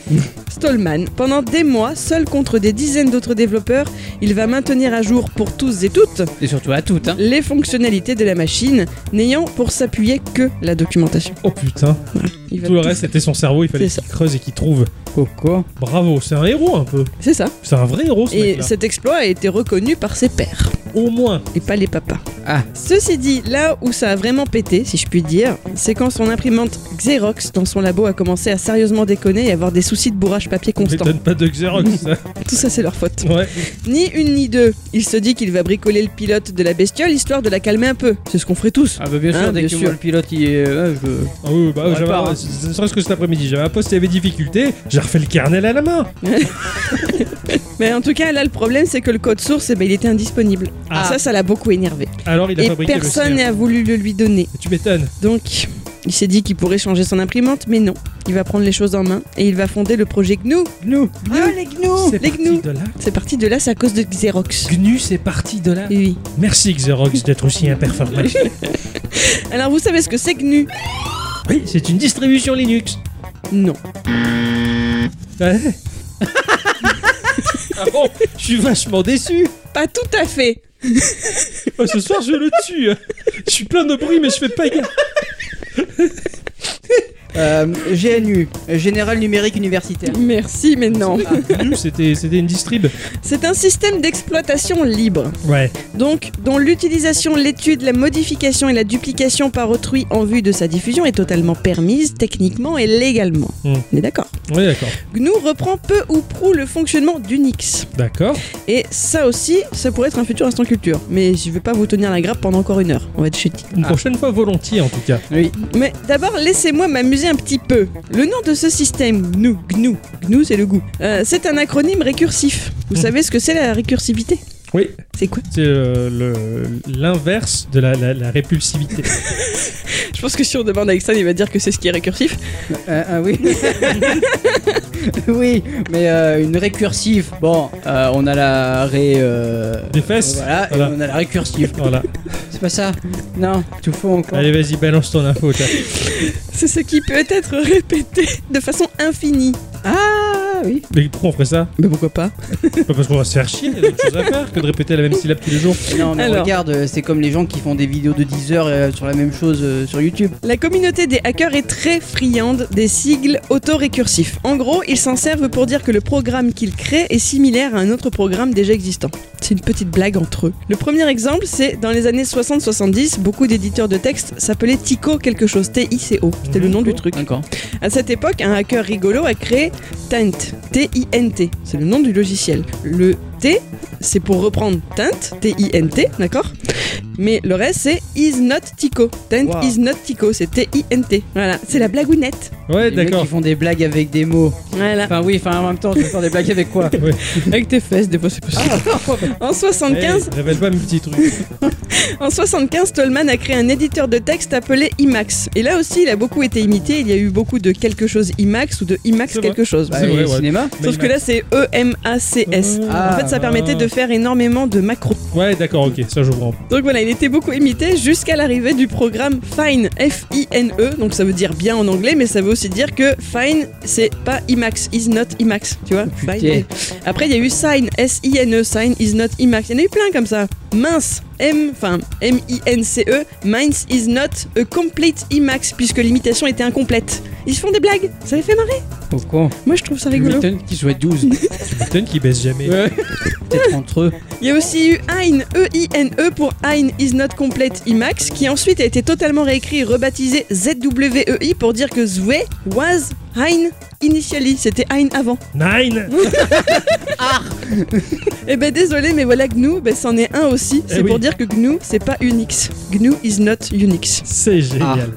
Stallman. Pendant des mois, seul contre des dizaines d'autres développeurs, il va maintenir à jour pour tous et toutes Et surtout à toutes, hein. les fonctionnalités de la machine, n'ayant pour s'appuyer que la documentation. Oh putain. Il va Tout le reste, c'était son cerveau. Il fallait C'est qu'il creuse et qu'il trouve. Coco. Bravo, c'est un héros un peu. C'est ça. C'est un vrai héros ce Et mec-là. cet exploit a été reconnu par ses pairs. Au moins. et pas les papas. Ah. Ceci dit, là où ça a vraiment pété, si je puis dire, c'est quand son imprimante Xerox dans son labo a commencé à sérieusement déconner et avoir des soucis de bourrage papier On constant. m'étonne pas de Xerox. ça. Tout ça, c'est leur faute. ouais. Ni une ni deux. Il se dit qu'il va bricoler le pilote de la bestiole histoire de la calmer un peu. C'est ce qu'on ferait tous. Ah bah bien sûr, dès Hein, bien que tu sûr. vois le pilote, il est... euh, je- Ah oui, bah, On j'avais, répare, hein. ne serait-ce que cet après-midi, j'avais un poste qui avait difficulté, j'ai refait le kernel à la main. Mais en tout cas, là, le problème, c'est que le code source, eh ben, il était indisponible. Ah. Ça, ça l'a beaucoup énervé. Alors il a Et fabriqué personne le sien. n'a voulu le lui donner. Tu m'étonnes. Donc, il s'est dit qu'il pourrait changer son imprimante, mais non. Il va prendre les choses en main et il va fonder le projet GNU. GNU, Ah, les GNU c'est Les parti GNU de là. C'est parti de là, c'est à cause de Xerox. GNU, c'est parti de là. Oui. Merci Xerox d'être aussi imperformatif. Alors vous savez ce que c'est GNU oui, c'est une distribution Linux. Non. Ouais. ah bon Je suis vachement déçu. Pas tout à fait. Oh, ce soir, je le tue. Je suis plein de bruit, mais je fais pas gaffe. Euh, GNU, Général Numérique Universitaire. Merci, mais non. C'était c'était une distrib. C'est un système d'exploitation libre, Ouais. donc dont l'utilisation, l'étude, la modification et la duplication par autrui en vue de sa diffusion est totalement permise techniquement et légalement. Hmm. On est d'accord. Ouais, d'accord. GNU reprend peu ou prou le fonctionnement d'Unix. D'accord. Et ça aussi, ça pourrait être un futur instant culture. Mais je vais pas vous tenir la grappe pendant encore une heure. On va être chutis. Ah. Une prochaine fois volontiers en tout cas. Oui. Mais d'abord, laissez-moi m'amuser un petit peu. Le nom de ce système, GNU, GNU, GNU c'est le goût, Euh, c'est un acronyme récursif. Vous Mhm. savez ce que c'est la récursivité Oui. C'est quoi C'est euh, le- l'inverse de la, la- la répulsivité. Je pense que si on demande à Exxon, il va dire que c'est ce qui est récursif. Euh, ah oui. oui, mais euh, une récursive. Bon, euh, on a la ré. euh, Des fesses. Voilà, Voilà. et on a la récursive. Voilà. C'est pas ça Non, tout faux encore. Allez, vas-y, balance ton info. toi. C'est ce qui peut être répété de façon infinie. Ah oui. Mais pourquoi on ferait ça Mais pourquoi pas Pas parce qu'on va se faire chier, il y a d'autres choses à faire que de répéter la même syllabe tous les jours. Non, mais Alors. regarde, euh, c'est comme les gens qui font des vidéos de 10 heures euh, sur la même chose euh, sur YouTube. La communauté des hackers est très friande des sigles autorécursifs. En gros, ils s'en servent pour dire que le programme qu'ils créent est similaire à un autre programme déjà existant. C'est une petite blague entre eux. Le premier exemple, c'est dans les années 60-70, beaucoup d'éditeurs de texte s'appelaient Tico quelque chose, T-I-C-O. C'était le nom du truc. D'accord. À cette époque, un hacker rigolo a créé Tint, T-I-N-T. C'est le nom du logiciel. Le T, c'est pour reprendre Tint, T-I-N-T, d'accord Mais le reste, c'est is not Tico. Tint Wow. is not Tico, c'est T-I-N-T. Voilà, c'est la blagounette. Ouais, Les mecs d'accord. qui font des blagues avec des mots. Voilà. Enfin, oui, enfin, en même temps, je vais faire des blagues avec quoi Ah, Avec tes fesses, des fois, c'est possible. Ah. En 75, Hey, révèle pas mes petits trucs. En 75, Stallman a créé un éditeur de texte appelé IMAX. Et là aussi, il a beaucoup été imité. Il y a eu beaucoup de quelque chose IMAX ou de IMAX C'est vrai. quelque chose. Bah, C'est vrai, les ouais. cinéma Sauf que là, c'est E E-M-A-C-S. En Ah. fait, ça permettait de faire énormément de macros. Ah. Ouais, d'accord, ok, ça je comprends. Donc voilà, il était beaucoup imité jusqu'à l'arrivée du programme Fine, F-I-N-E. E. Donc ça veut dire bien en anglais, mais ça veut aussi dire que Fine, c'est pas IMAX, is not IMAX, tu vois. Putain. Fine. Après, il y a eu Sign, E, S-I-N-E, Sign is not IMAX. Il y en a eu plein comme ça. Mince, M, enfin M-I-N-C-E, E, Mince is not a complete IMAX, puisque l'imitation était incomplète. Ils se font des blagues, ça les fait marrer. Pourquoi Moi, je trouve ça Tu rigolo. m'étonnes qu'ils jouaient 12. Tu m'étonnes qu'ils baissent jamais. Peut-être entre eux. Il y a aussi eu Ein, E E-I-N-E pour Ein is not complete IMAX, qui ensuite a été totalement réécrit et rebaptisé ZWEI pour dire que Zwe was Ein initially. C'était Ein avant. Nine Eh ben désolé, mais voilà GNU, ben c'en est un aussi. C'est Eh oui. pour dire que GNU, c'est pas Unix. GNU is not Unix. C'est génial.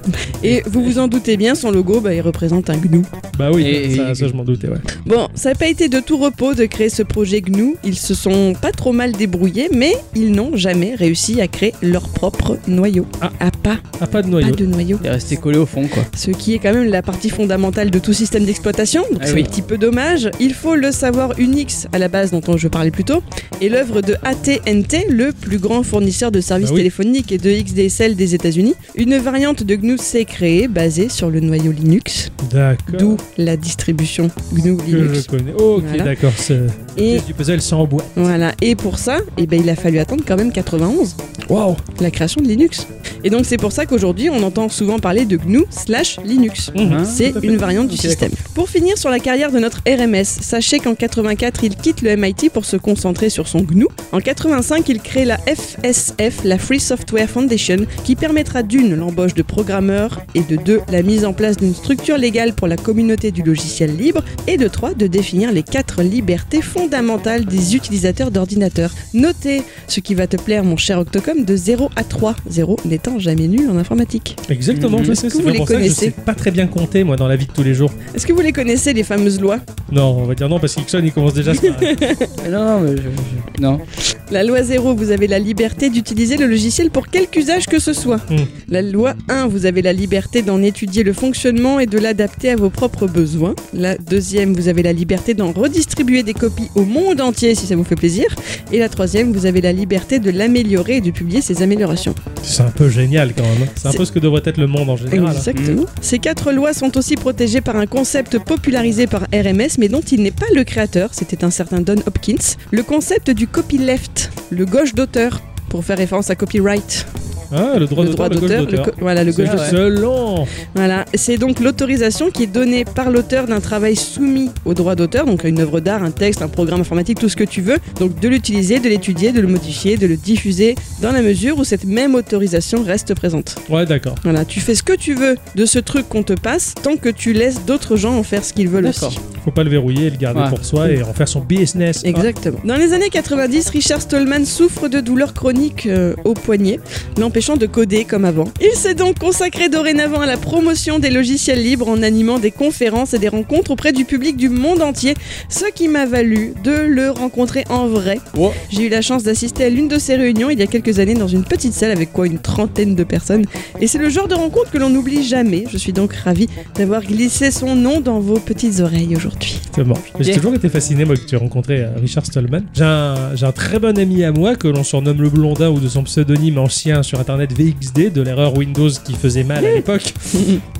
Et Eh vous vous en doutez bien, son logo, ben, il représente un GNU. Bah oui, Et- ça, et- ça, je m'en doutais, ouais. Bon, ça n'a pas été de tout repos de créer ce projet GNU. Ils se sont pas trop mal débrouillés, mais ils n'ont jamais réussi à créer leur propre noyau. Ah. pas, Ah, pas de pas noyau. de noyau. Il est resté collé au fond, quoi. ce qui est quand même la partie fondamentale de tout système d'exploitation, donc Ah c'est oui. un petit peu dommage. Il faut le savoir, Unix, à la base dont je parlais plus tôt, est l'œuvre de AT&T, le plus grand fournisseur de services Bah oui. téléphoniques et de XDSL des États-Unis. Une variante de GNU s'est créée, basée sur le noyau Linux, D'accord. d'où la distribution GNU Que je Linux. connais. Ok, Voilà. d'accord. C'est Et pièce du puzzle, c'est en bois. voilà. Et pour ça, eh ben, il a fallu attendre quand même 91 Waouh la création de Linux. Et donc c'est pour ça qu'aujourd'hui on entend souvent parler de GNU slash Linux. Mmh. Hein C'est une variante du Ok, système. Pour finir sur la carrière de notre RMS, sachez qu'en 84, il quitte le MIT pour se concentrer sur son GNU. En 85, il crée la FSF, la Free Software Foundation, qui permettra d'une l'embauche de programmeurs et de deux la mise en place d'une structure légale pour la communauté du logiciel libre et de trois de définir les quatre libertés fondamentales des utilisateurs d'ordinateurs. Notez ce qui va te plaire mon cher Octocom de 0 à 3, 0 n'étant jamais nul en informatique. Exactement, Mhm. je sais. Mm-hmm. Est-ce que C'est vous bien les pour ça que je sais connaissez pas très bien compter, moi, dans la vie de tous les jours. Est-ce que vous les connaissez les fameuses lois Non, on va dire non, parce qu'Ixon, il commence déjà à se marrer. Mais non, non, mais je- je- Non. La loi 0, vous avez la liberté d'utiliser le logiciel pour quelque usage que ce soit. Hmm. La loi 1, vous avez la liberté d'en étudier le fonctionnement et de l'adapter à vos propres besoins. La deuxième, vous avez la liberté d'en redistribuer des copies au monde entier si ça vous fait plaisir. Et la troisième, vous avez la liberté de l'améliorer et de publier ses améliorations. C'est un peu génial, quand même. hein. C'est un C'est- peu ce que devrait être le monde en général. hein. Exactement. Ces quatre lois sont aussi protégées par un concept popularisé par RMS, mais dont il n'est pas le créateur, c'était un certain Don Hopkins, le concept du copyleft, le gauche d'auteur, pour faire référence à copyright. Hein, le droit le d'auteur, droit le d'auteur, code le d'auteur. co- voilà le C'est code d'auteur. excellent. Voilà, c'est donc l'autorisation qui est donnée par l'auteur d'un travail soumis au droit d'auteur, donc à une œuvre d'art, un texte, un programme informatique, tout ce que tu veux, donc de l'utiliser, de l'étudier, de le modifier, de le diffuser, dans la mesure où cette même autorisation reste présente. Ouais, d'accord. Voilà, tu fais ce que tu veux de ce truc qu'on te passe, tant que tu laisses d'autres gens en faire ce qu'ils veulent aussi. D'accord. Faut pas le verrouiller, le garder Ouais. pour soi et en faire son business. Exactement. Dans les années 90, Richard Stallman souffre de douleurs chroniques euh, au poignet, l'empêchant de coder comme avant. Il s'est donc consacré dorénavant à la promotion des logiciels libres en animant des conférences et des rencontres auprès du public du monde entier, ce qui m'a valu de le rencontrer en vrai. Wow. J'ai eu la chance d'assister à l'une de ses réunions il y a quelques années dans une petite salle avec quoi une trentaine de personnes. Et c'est le genre de rencontre que l'on n'oublie jamais. Je suis donc ravie d'avoir glissé son nom dans vos petites oreilles aujourd'hui. C'est bon. Mais J'ai Ok. toujours été fasciné, moi, que tu as rencontré euh, Richard Stallman. J'ai un, j'ai un très bon ami à moi que l'on surnomme le Blondin ou de son pseudonyme ancien sur internet VXD, de l'erreur Windows qui faisait mal à l'époque,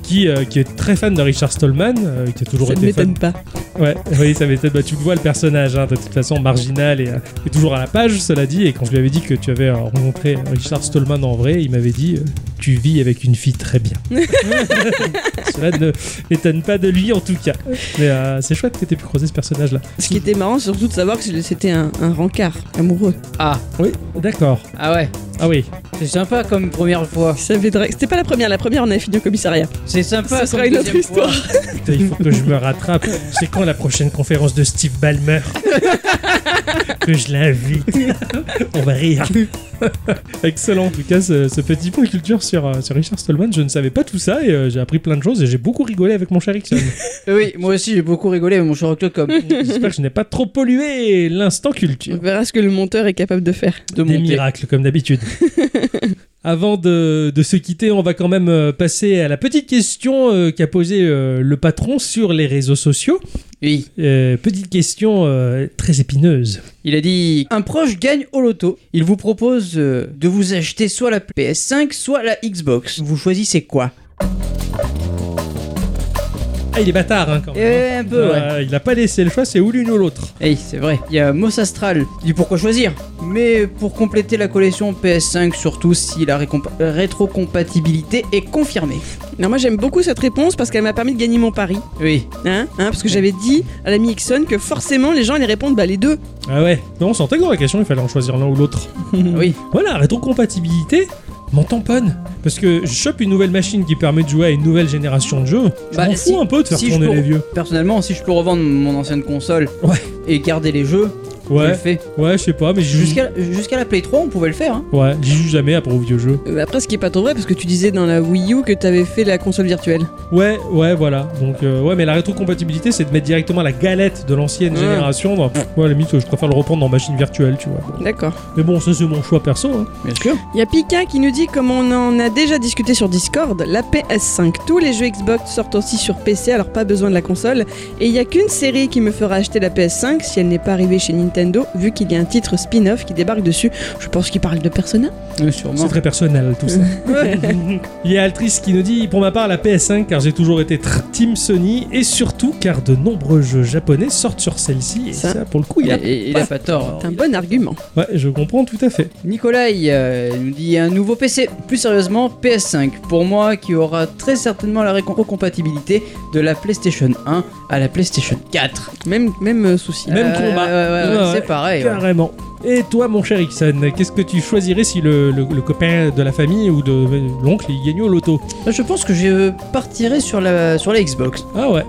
qui, euh, qui est très fan de Richard Stallman, euh, qui a toujours Ça ne été fan. m'étonne pas. Ouais, oui, ça m'étonne. Bah, tu le vois, le personnage, hein, de toute façon, marginal et, euh, et toujours à la page, cela dit. Et quand je lui avais dit que tu avais euh, rencontré Richard Stallman en vrai, il m'avait dit euh, Tu vis avec une fille très bien. cela ne m'étonne pas de lui, en tout cas. Mais euh, c'est chouette que tu aies pu croiser ce personnage-là. Ce qui était marrant, surtout de savoir que c'était un, un rencard amoureux. Ah, Oui, d'accord. ah ouais, Ah oui, c'est sympa comme première fois. Ça fait dra- C'était pas la première, la première on avait fini au commissariat. C'est sympa. Ce comme sera une autre deuxième fois. histoire. putain, il faut que je me rattrape. C'est quand la prochaine conférence de Steve Ballmer Que je l'invite. On va rire. Excellent, en tout cas, ce, ce petit point culture sur, euh, sur Richard Stallman. Je ne savais pas tout ça et euh, j'ai appris plein de choses et j'ai beaucoup rigolé avec mon cher Ixon. Oui, moi aussi j'ai beaucoup rigolé avec mon cher comme J'espère que je n'ai pas trop pollué l'instant culture. On verra ce que le monteur est capable de faire. de Des monter. miracles, comme d'habitude. Avant de, de se quitter, on va quand même euh, passer à la petite question euh, qu'a posée euh, le patron sur les réseaux sociaux. Oui, Euh, petite question euh, très épineuse. il a dit un proche gagne au loto. Il vous propose euh, de vous acheter soit la PS5, soit la Xbox. Vous choisissez quoi Ah, il est bâtard, hein, quand même. Eh, un peu, ouais. Euh, Il a pas laissé le choix, c'est ou l'une ou l'autre. Eh, c'est vrai. Il y a Moss Astral. Il dit pourquoi choisir Mais pour compléter la collection PS5, surtout si la récompa- rétrocompatibilité est confirmée. Alors moi j'aime beaucoup cette réponse parce qu'elle m'a permis de gagner mon pari. Oui. Hein, hein, parce que j'avais dit à l'ami Ixon que forcément les gens allaient répondre bah les deux. Ah ouais. Non, on sentait que dans la question, il fallait en choisir l'un ou l'autre. Oui. Voilà, rétrocompatibilité, m'en tamponne. Parce que je chope une nouvelle machine qui permet de jouer à une nouvelle génération de jeux. Je Bah, m'en si- fous un peu de faire si je tourner peux- les vieux. Personnellement, si je peux revendre mon ancienne console Ouais. et garder les jeux, je le Ouais, fais. ouais, je sais pas, mais j'y joue... Jusqu'à jusqu'à la Play 3, on pouvait le faire. hein. Ouais, j'y joue jamais après aux vieux jeux. Euh, après ce qui est pas trop vrai parce que tu disais dans la Wii U que t'avais fait la console virtuelle. Ouais, ouais, voilà. Donc, euh, ouais, mais la rétrocompatibilité, c'est de mettre directement la galette de l'ancienne Ouais. génération. Dans... Pff, ouais, à la limite, je préfère le reprendre en machine virtuelle, tu vois. D'accord. Mais bon, ça, c'est mon choix perso. hein. Bien sûr. Il y a Pika qui nous dit, comme on en a déjà discuté sur Discord, la PS5. Tous les jeux Xbox sortent aussi sur PC, alors pas besoin de la console. Et il n'y a qu'une série qui me fera acheter la PS5 si elle n'est pas arrivée chez Nintendo, vu qu'il y a un titre spin-off qui débarque dessus. Je pense qu'il parle de Persona. Oui, C'est Euh, sûrement. très personnel tout ça. Il y a Altrice qui nous dit Pour ma part, la PS5, car j'ai toujours été tr- Team Sony, et surtout car de nombreux jeux japonais sortent sur celle-ci. Et ça, Ça. pour le coup, il Il a. a, il a pas tort. C'est un bon argument. Ouais, je comprends tout à fait. Nicolas euh, nous dit un nouveau PC. Plus sérieusement, PS5. Pour moi, qui aura très certainement la récompatibilité de la PlayStation 1 à la PlayStation 4. Même, même euh, souci. Même combat. ouais, ouais, ouais, Ouais, c'est pareil. ouais. Carrément. Et toi, mon cher Ixon, qu'est-ce que tu choisirais si le, le- le copain de la famille ou de euh, l'oncle il gagnait au loto Euh, Je pense que je partirai sur la, sur la Xbox. Ah ouais.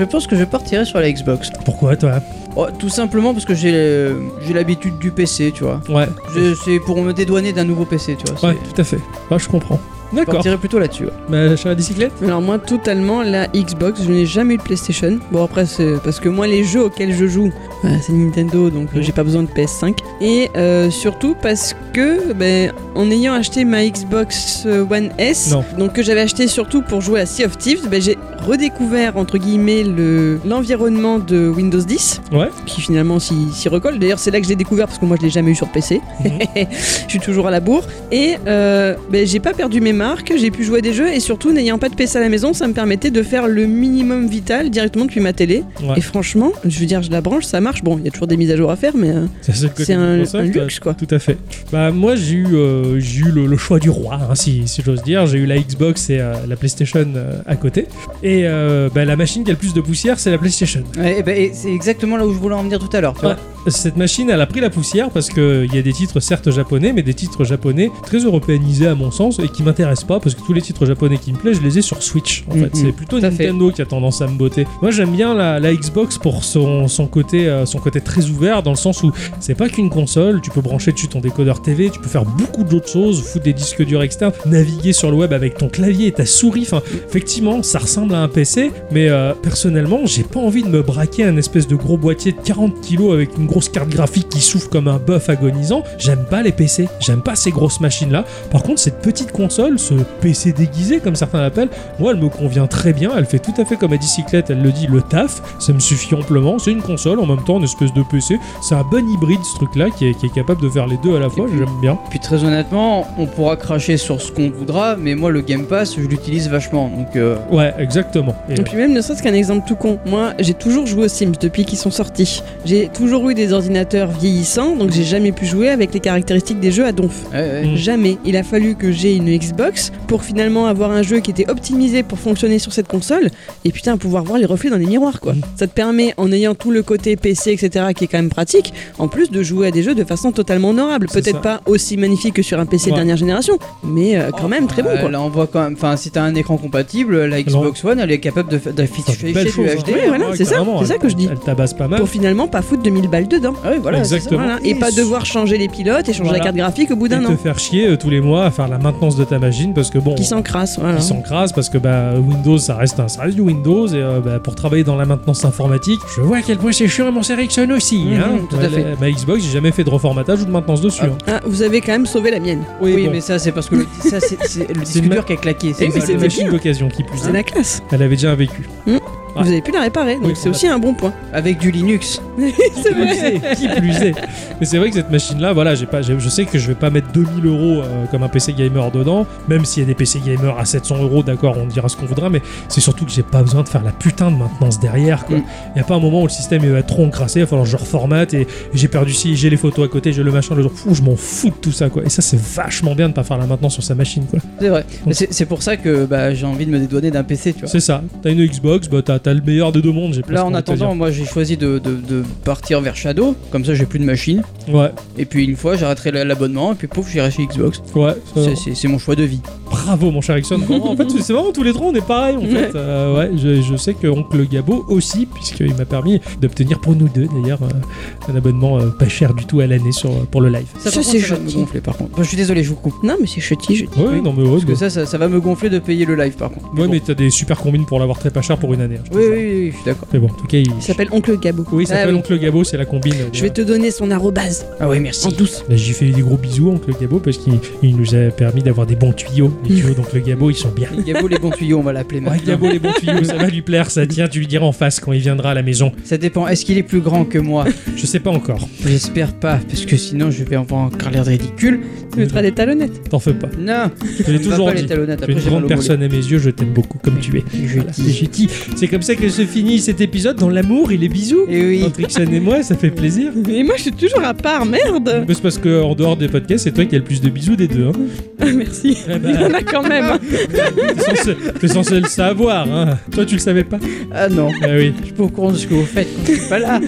Je pense que je partirai sur la Xbox. Pourquoi toi Oh, tout simplement parce que j'ai euh, j'ai l'habitude du PC, tu vois. Ouais. Je- C'est pour me dédouaner d'un nouveau PC, tu vois. c'est- Ouais, tout à fait. Ouais, je comprends. Je D'accord. partirai plutôt là-dessus. ouais. Ma chère bicyclette Alors moi, totalement, la Xbox, je n'ai jamais eu de PlayStation. Bon, après, c'est parce que moi, les jeux auxquels je joue, euh, c'est Nintendo, donc euh, Mhm. j'ai pas besoin de PS5. Et euh, surtout parce que, ben, en ayant acheté ma Xbox euh, One S, Non. donc que j'avais acheté surtout pour jouer à Sea of Thieves, ben, j'ai redécouvert, entre guillemets, le- l'environnement de Windows 10, Ouais. qui finalement s'y s'y recolle. D'ailleurs, c'est là que je l'ai découvert, parce que moi, je l'ai jamais eu sur PC. Mhm. je suis toujours à la bourre. Et euh, ben, j'ai pas perdu mes marques, j'ai pu jouer à des jeux et surtout n'ayant pas de PC à la maison, ça me permettait de faire le minimum vital directement depuis ma télé. Ouais. Et franchement, je veux dire, je la branche, ça marche. marche. Bon, il y a toujours des mises à jour à faire, mais euh, Ça, le côté c'est un, Microsoft, un euh, luxe quoi. Tout à fait. Bah moi j'ai eu, euh, j'ai eu le, le choix du roi, hein, si, si j'ose dire. J'ai eu la Xbox et euh, la PlayStation euh, à côté. Et euh, bah, la machine qui a le plus de poussière, c'est la PlayStation. Ouais, et ben, et c'est exactement là où je voulais en venir tout à l'heure. tu vois. Cette machine, elle a pris la poussière parce qu'il y a des titres certes japonais, mais des titres japonais très européanisés à mon sens et qui m'intéressent pas parce que tous les titres japonais qui me plaisent, je les ai sur Switch. En Mhm. fait, c'est plutôt Tout à fait. Nintendo qui a tendance à me botter. Moi, j'aime bien la, la Xbox pour son, son côté, euh, son côté très ouvert dans le sens où c'est pas qu'une console. Tu peux brancher dessus ton décodeur TV, tu peux faire beaucoup d'autres choses, foutre des disques durs externes, naviguer sur le web avec ton clavier et ta souris. Enfin, Effectivement, ça ressemble à un PC, mais euh, personnellement, j'ai pas envie de me braquer un espèce de gros boîtier de 40 kilos avec une grosse carte graphique qui souffle comme un bœuf agonisant. J'aime pas les PC, j'aime pas ces grosses machines-là. Par contre, cette petite console, ce PC déguisé comme certains l'appellent, moi, elle me convient très bien. Elle fait tout à fait comme à bicyclette, elle le dit, le taf. Ça me suffit amplement. C'est une console en même temps, une espèce de PC. C'est un bon hybride, ce truc-là, qui est, qui est capable de faire les deux à la fois. J'aime bien. Puis très honnêtement, on pourra cracher sur ce qu'on voudra, mais moi le Game Pass, je l'utilise vachement. Donc euh, Ouais, exactement. Et, Et puis même ne serait-ce qu'un exemple tout con. Moi, j'ai toujours joué aux Sims depuis qu'ils sont sortis. J'ai toujours eu des ordinateurs vieillissants, donc j'ai jamais pu jouer avec les caractéristiques des jeux à donf. ouais, ouais. Mm. Jamais. Il a fallu que j'ai une Xbox pour finalement avoir un jeu qui était optimisé pour fonctionner sur cette console et putain pouvoir voir les reflets dans les miroirs quoi. Mm. Ça te permet en ayant tout le côté PC etc qui est quand même pratique, en plus de jouer à des jeux de façon totalement honorable. C'est Peut-être ça. pas aussi magnifique que sur un PC Ouais. Oh, dernière génération, mais euh, quand même très bon Euh, quoi. là, on voit quand même. Enfin, si t'as un écran compatible, la Xbox One, elle est capable de fa- d'afficher belle du chose, hein. HD. Oui, voilà, Ouais, c'est ça, carrément, c'est ça elle- que je dis. Elle tabasse pas mal. Pour finalement pas foutre 2000 balles dedans. Ah oui, voilà. c'est ça. Exactement. Voilà. Et pas devoir changer les pilotes et changer Voilà. la carte graphique au bout d'un et te an. faire chier euh, tous les mois à faire la maintenance de ta machine parce que bon Qui hein. s'encrasse, voilà. qui s'encrasse parce que bah Windows ça reste un ça reste du Windows et euh, bah, pour travailler dans la maintenance informatique je vois à quel point c'est chiant mon Ericsson aussi Mhm, hein. tout à Ma- fait. la- ma Xbox j'ai jamais fait de reformatage ou de maintenance dessus Ah, hein. Ah, vous avez quand même sauvé la mienne. Oui, bon. mais ça, c'est parce que le, ça, c'est- c'est le C'est disque une ma- dur qui a claqué. C'est C'est une pas le- machine d'occasion qui puisse C'est la classe. elle avait déjà un vécu Hein Ouais. Vous avez pu la réparer, donc Oui, c'est on a- aussi un bon point. Avec du Linux. c'est Qui plus est, qui plus est. Mais c'est vrai que cette machine-là, voilà, j'ai pas, j'ai- je sais que je vais pas mettre 2000 euros euh, comme un PC gamer dedans, même s'il y a des PC gamer à 700 euros, d'accord, on dira ce qu'on voudra, mais c'est surtout que j'ai pas besoin de faire la putain de maintenance derrière, quoi. Mm. Y a pas un moment où le système il va être trop encrassé, il va falloir que je reformate et, et j'ai perdu si j'ai les photos à côté, j'ai le machin, le jour, fou, je m'en fous de tout ça, quoi. Et ça, c'est vachement bien de pas faire la maintenance sur sa machine, quoi. C'est vrai. Mais C'est c'est pour ça que bah, j'ai envie de me dédouaner d'un PC, tu vois. C'est ça. T'as une Xbox, bah t'as, t'as le meilleur des deux mondes, j'ai pas ce Là, qu'on en va te attendant, moi, j'ai choisi de, de- de partir vers Shadow. Comme ça, j'ai plus de machine. dire. Ouais, Et puis, une fois, j'arrêterai l'abonnement. Et puis, pouf, j'irai chez Xbox. ouais. ça- C'est- C'est c'est mon choix de vie. Bravo mon cher Ericsson. Vraiment, en fait, c'est vraiment tous les trois, on est pareil en fait. Euh, ouais, je, je sais que oncle Gabo aussi, puisqu'il m'a permis d'obtenir pour nous deux d'ailleurs euh, un abonnement euh, pas cher du tout à l'année sur, euh, pour le live. Ça, Ça, par c'est contre, ça va me gentil. gonfler, par contre. Enfin, je suis désolé, je vous coupe. Non, mais c'est chouti, je Ouais, non mais ouais, Parce que ça, ça, ça va me gonfler de payer le live, par contre. mais, ouais, bon. mais t'as des super combines pour l'avoir très pas cher pour une année. hein, je te Oui, jure. oui, oui, je suis d'accord. Mais bon, en tout cas, il... Il s'appelle Oncle Gabo. oui, il Ah, s'appelle oui. oncle Gabo, c'est la combine. euh, Je vais te donner son arrobase Ah oui, merci. en douce. Là, j'y fais des gros bisous, oncle Gabo, parce qu'il il nous a permis d'avoir des bons tuyaux. Les tuyaux d'oncle Gabo, ils sont bien. Gabo les bons tuyaux, on va l'appeler Ouais, maintenant. Gabo, les bons tuyaux, ça va lui plaire, ça tient, tu lui diras en face quand il viendra à la maison. Ça dépend, est-ce qu'il est plus grand que moi Je sais pas encore. J'espère pas, parce que sinon je vais avoir encore l'air de ridicule. Tu mettras des talonnettes. T'en fais pas. Non Je l'ai ne va toujours pas dit. les talonnettes, Tu es après une j'ai mal grande au mollet. personne à mes yeux, je t'aime beaucoup comme tu es. Je Voilà, dis. j'ai dit. C'est comme ça que se finit cet épisode dans l'amour et les bisous. Et Eh oui. Entre Ixon et moi, ça fait plaisir. Mais moi, je suis toujours à part, merde Mais C'est parce que en dehors des podcasts, c'est toi qui as le plus de bisous des deux. Hein. Merci. Eh Il ben, en a quand même. hein. t'es censé, t'es censé le savoir. Hein. Toi, tu le savais pas. Ah non, Ah oui. je suis pas au courant de ce que vous faites quand je suis pas là.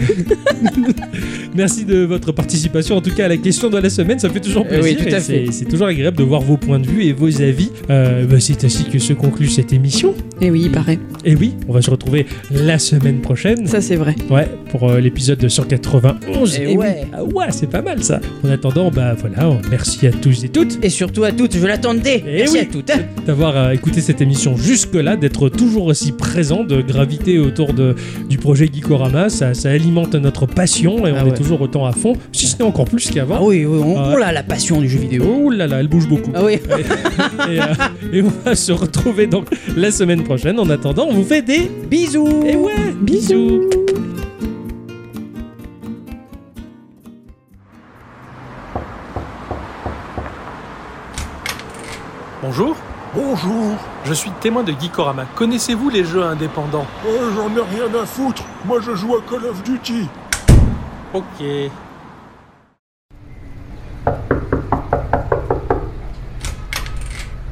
Merci de votre participation, en tout cas à la question de la semaine, ça me fait toujours Euh, plaisir. oui, tout à fait. et c'est- C'est toujours agréable de voir vos points de vue et vos avis. Euh, bah, c'est ainsi que se conclut cette émission. Eh oui, il paraît. Et oui, on va se retrouver la semaine prochaine. Ça, c'est vrai. Ouais, pour euh, l'épisode de 191. Eh oui. ouais. Ah ouais, c'est pas mal ça. En attendant, bah voilà, merci à tous et toutes Et surtout à toutes, je l'attendais Eh Merci oui. à toutes hein. d'avoir euh, écouté cette émission jusque-là, d'être toujours aussi présent, de graviter autour de, du projet Geekorama. Ça, ça alimente notre passion et Ah on est ouais. toujours autant à fond, si ce n'est encore plus Ah qu'avant. oui, oui, on, Ah. on l'a la passion du jeu vidéo. Oh là là, elle bouge beaucoup. Ah oui, Et, euh, et on va se retrouver donc la semaine prochaine. En attendant, on vous fait des bisous et Eh ouais, bisous. Bonjour, Bonjour. je suis témoin de Geekorama. Connaissez-vous les jeux indépendants Oh, j'en ai rien à foutre. Moi, je joue à Call of Duty. Ok.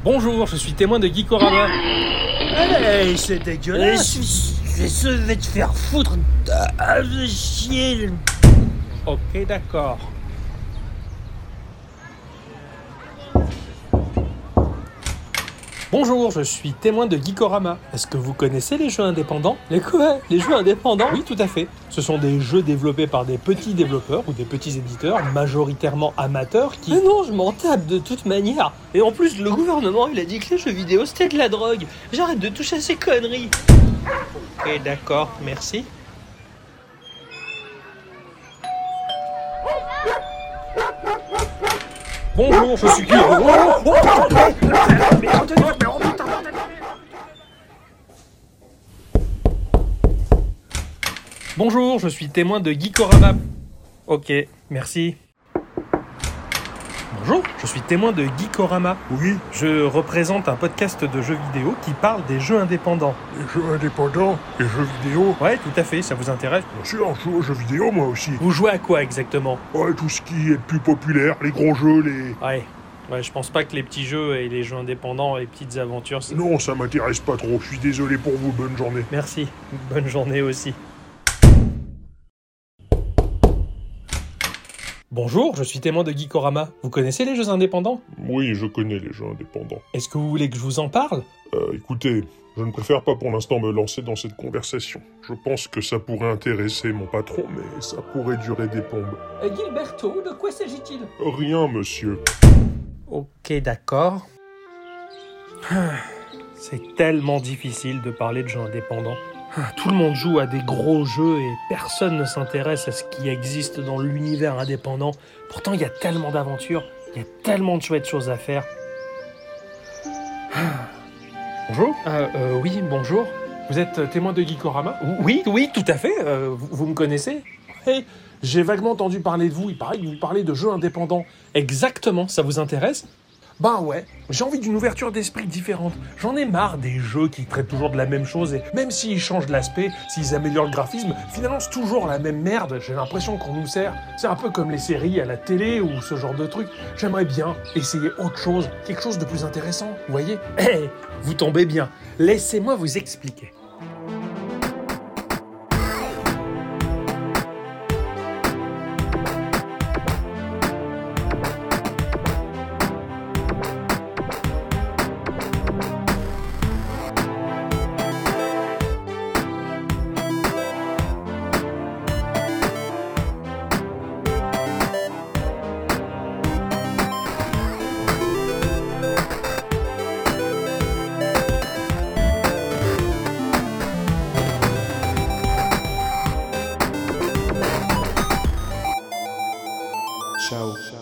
Bonjour, je suis témoin de Geekorama. Allez, c'est dégueulasse Je vais te faire foutre Ah, je chier Ok, d'accord. Bonjour, je suis témoin de Geekorama. Est-ce que vous connaissez les jeux indépendants Les quoi Les jeux indépendants Oui, tout à fait. Ce sont des jeux développés par des petits développeurs ou des petits éditeurs, majoritairement amateurs, qui... Mais non, je m'en tape de toute manière Et en plus, le gouvernement, il a dit que les jeux vidéo, c'était de la drogue J'arrête de toucher à ces conneries Ok, d'accord, merci. Bonjour, je suis Bonjour, je suis témoin de Geekorama. Ok, merci. Bonjour, je suis témoin de Geekorama. Oui, Je représente un podcast de jeux vidéo qui parle des jeux indépendants. les jeux indépendants, les jeux vidéo. Ouais, tout à fait, ça vous intéresse Bien sûr, je joue aux jeux vidéo moi aussi. Vous jouez à quoi exactement Ouais, tout ce qui est le plus populaire, les gros jeux, les. Ouais. Ouais, je pense pas que les petits jeux et les jeux indépendants, les petites aventures, c'est... Non, ça m'intéresse pas trop. Je suis désolé pour vous, bonne journée. Merci. Bonne journée aussi. Bonjour, je suis témoin de Geekorama. Vous connaissez les jeux indépendants Oui, je connais les jeux indépendants. Est-ce que vous voulez que je vous en parle Euh, écoutez, je ne préfère pas pour l'instant me lancer dans cette conversation. Je pense que ça pourrait intéresser mon patron, mais ça pourrait durer des plombes. Euh, Gilberto, de quoi s'agit-il Rien, monsieur. Ok, d'accord. Ah, C'est tellement difficile de parler de jeux indépendants. Ah, Tout le monde joue à des gros jeux et personne ne s'intéresse à ce qui existe dans l'univers indépendant. Pourtant, il y a tellement d'aventures, il y a tellement de chouettes choses à faire. Ah. Bonjour Euh, euh, Oui, bonjour. Vous êtes témoin de Geekorama Oui, oui, tout à fait. Euh, vous, vous me connaissez Hey, J'ai vaguement entendu parler de vous. Il paraît que vous parlez de jeux indépendants. Exactement, ça vous intéresse ben ouais, j'ai envie d'une ouverture d'esprit différente. J'en ai marre des jeux qui traitent toujours de la même chose et même s'ils changent de l'aspect, s'ils améliorent le graphisme, finalement c'est toujours la même merde. J'ai l'impression qu'on nous sert. C'est un peu comme les séries à la télé ou ce genre de truc. J'aimerais bien essayer autre chose, quelque chose de plus intéressant, vous voyez Eh, vous tombez bien. Laissez-moi vous expliquer. Ciao.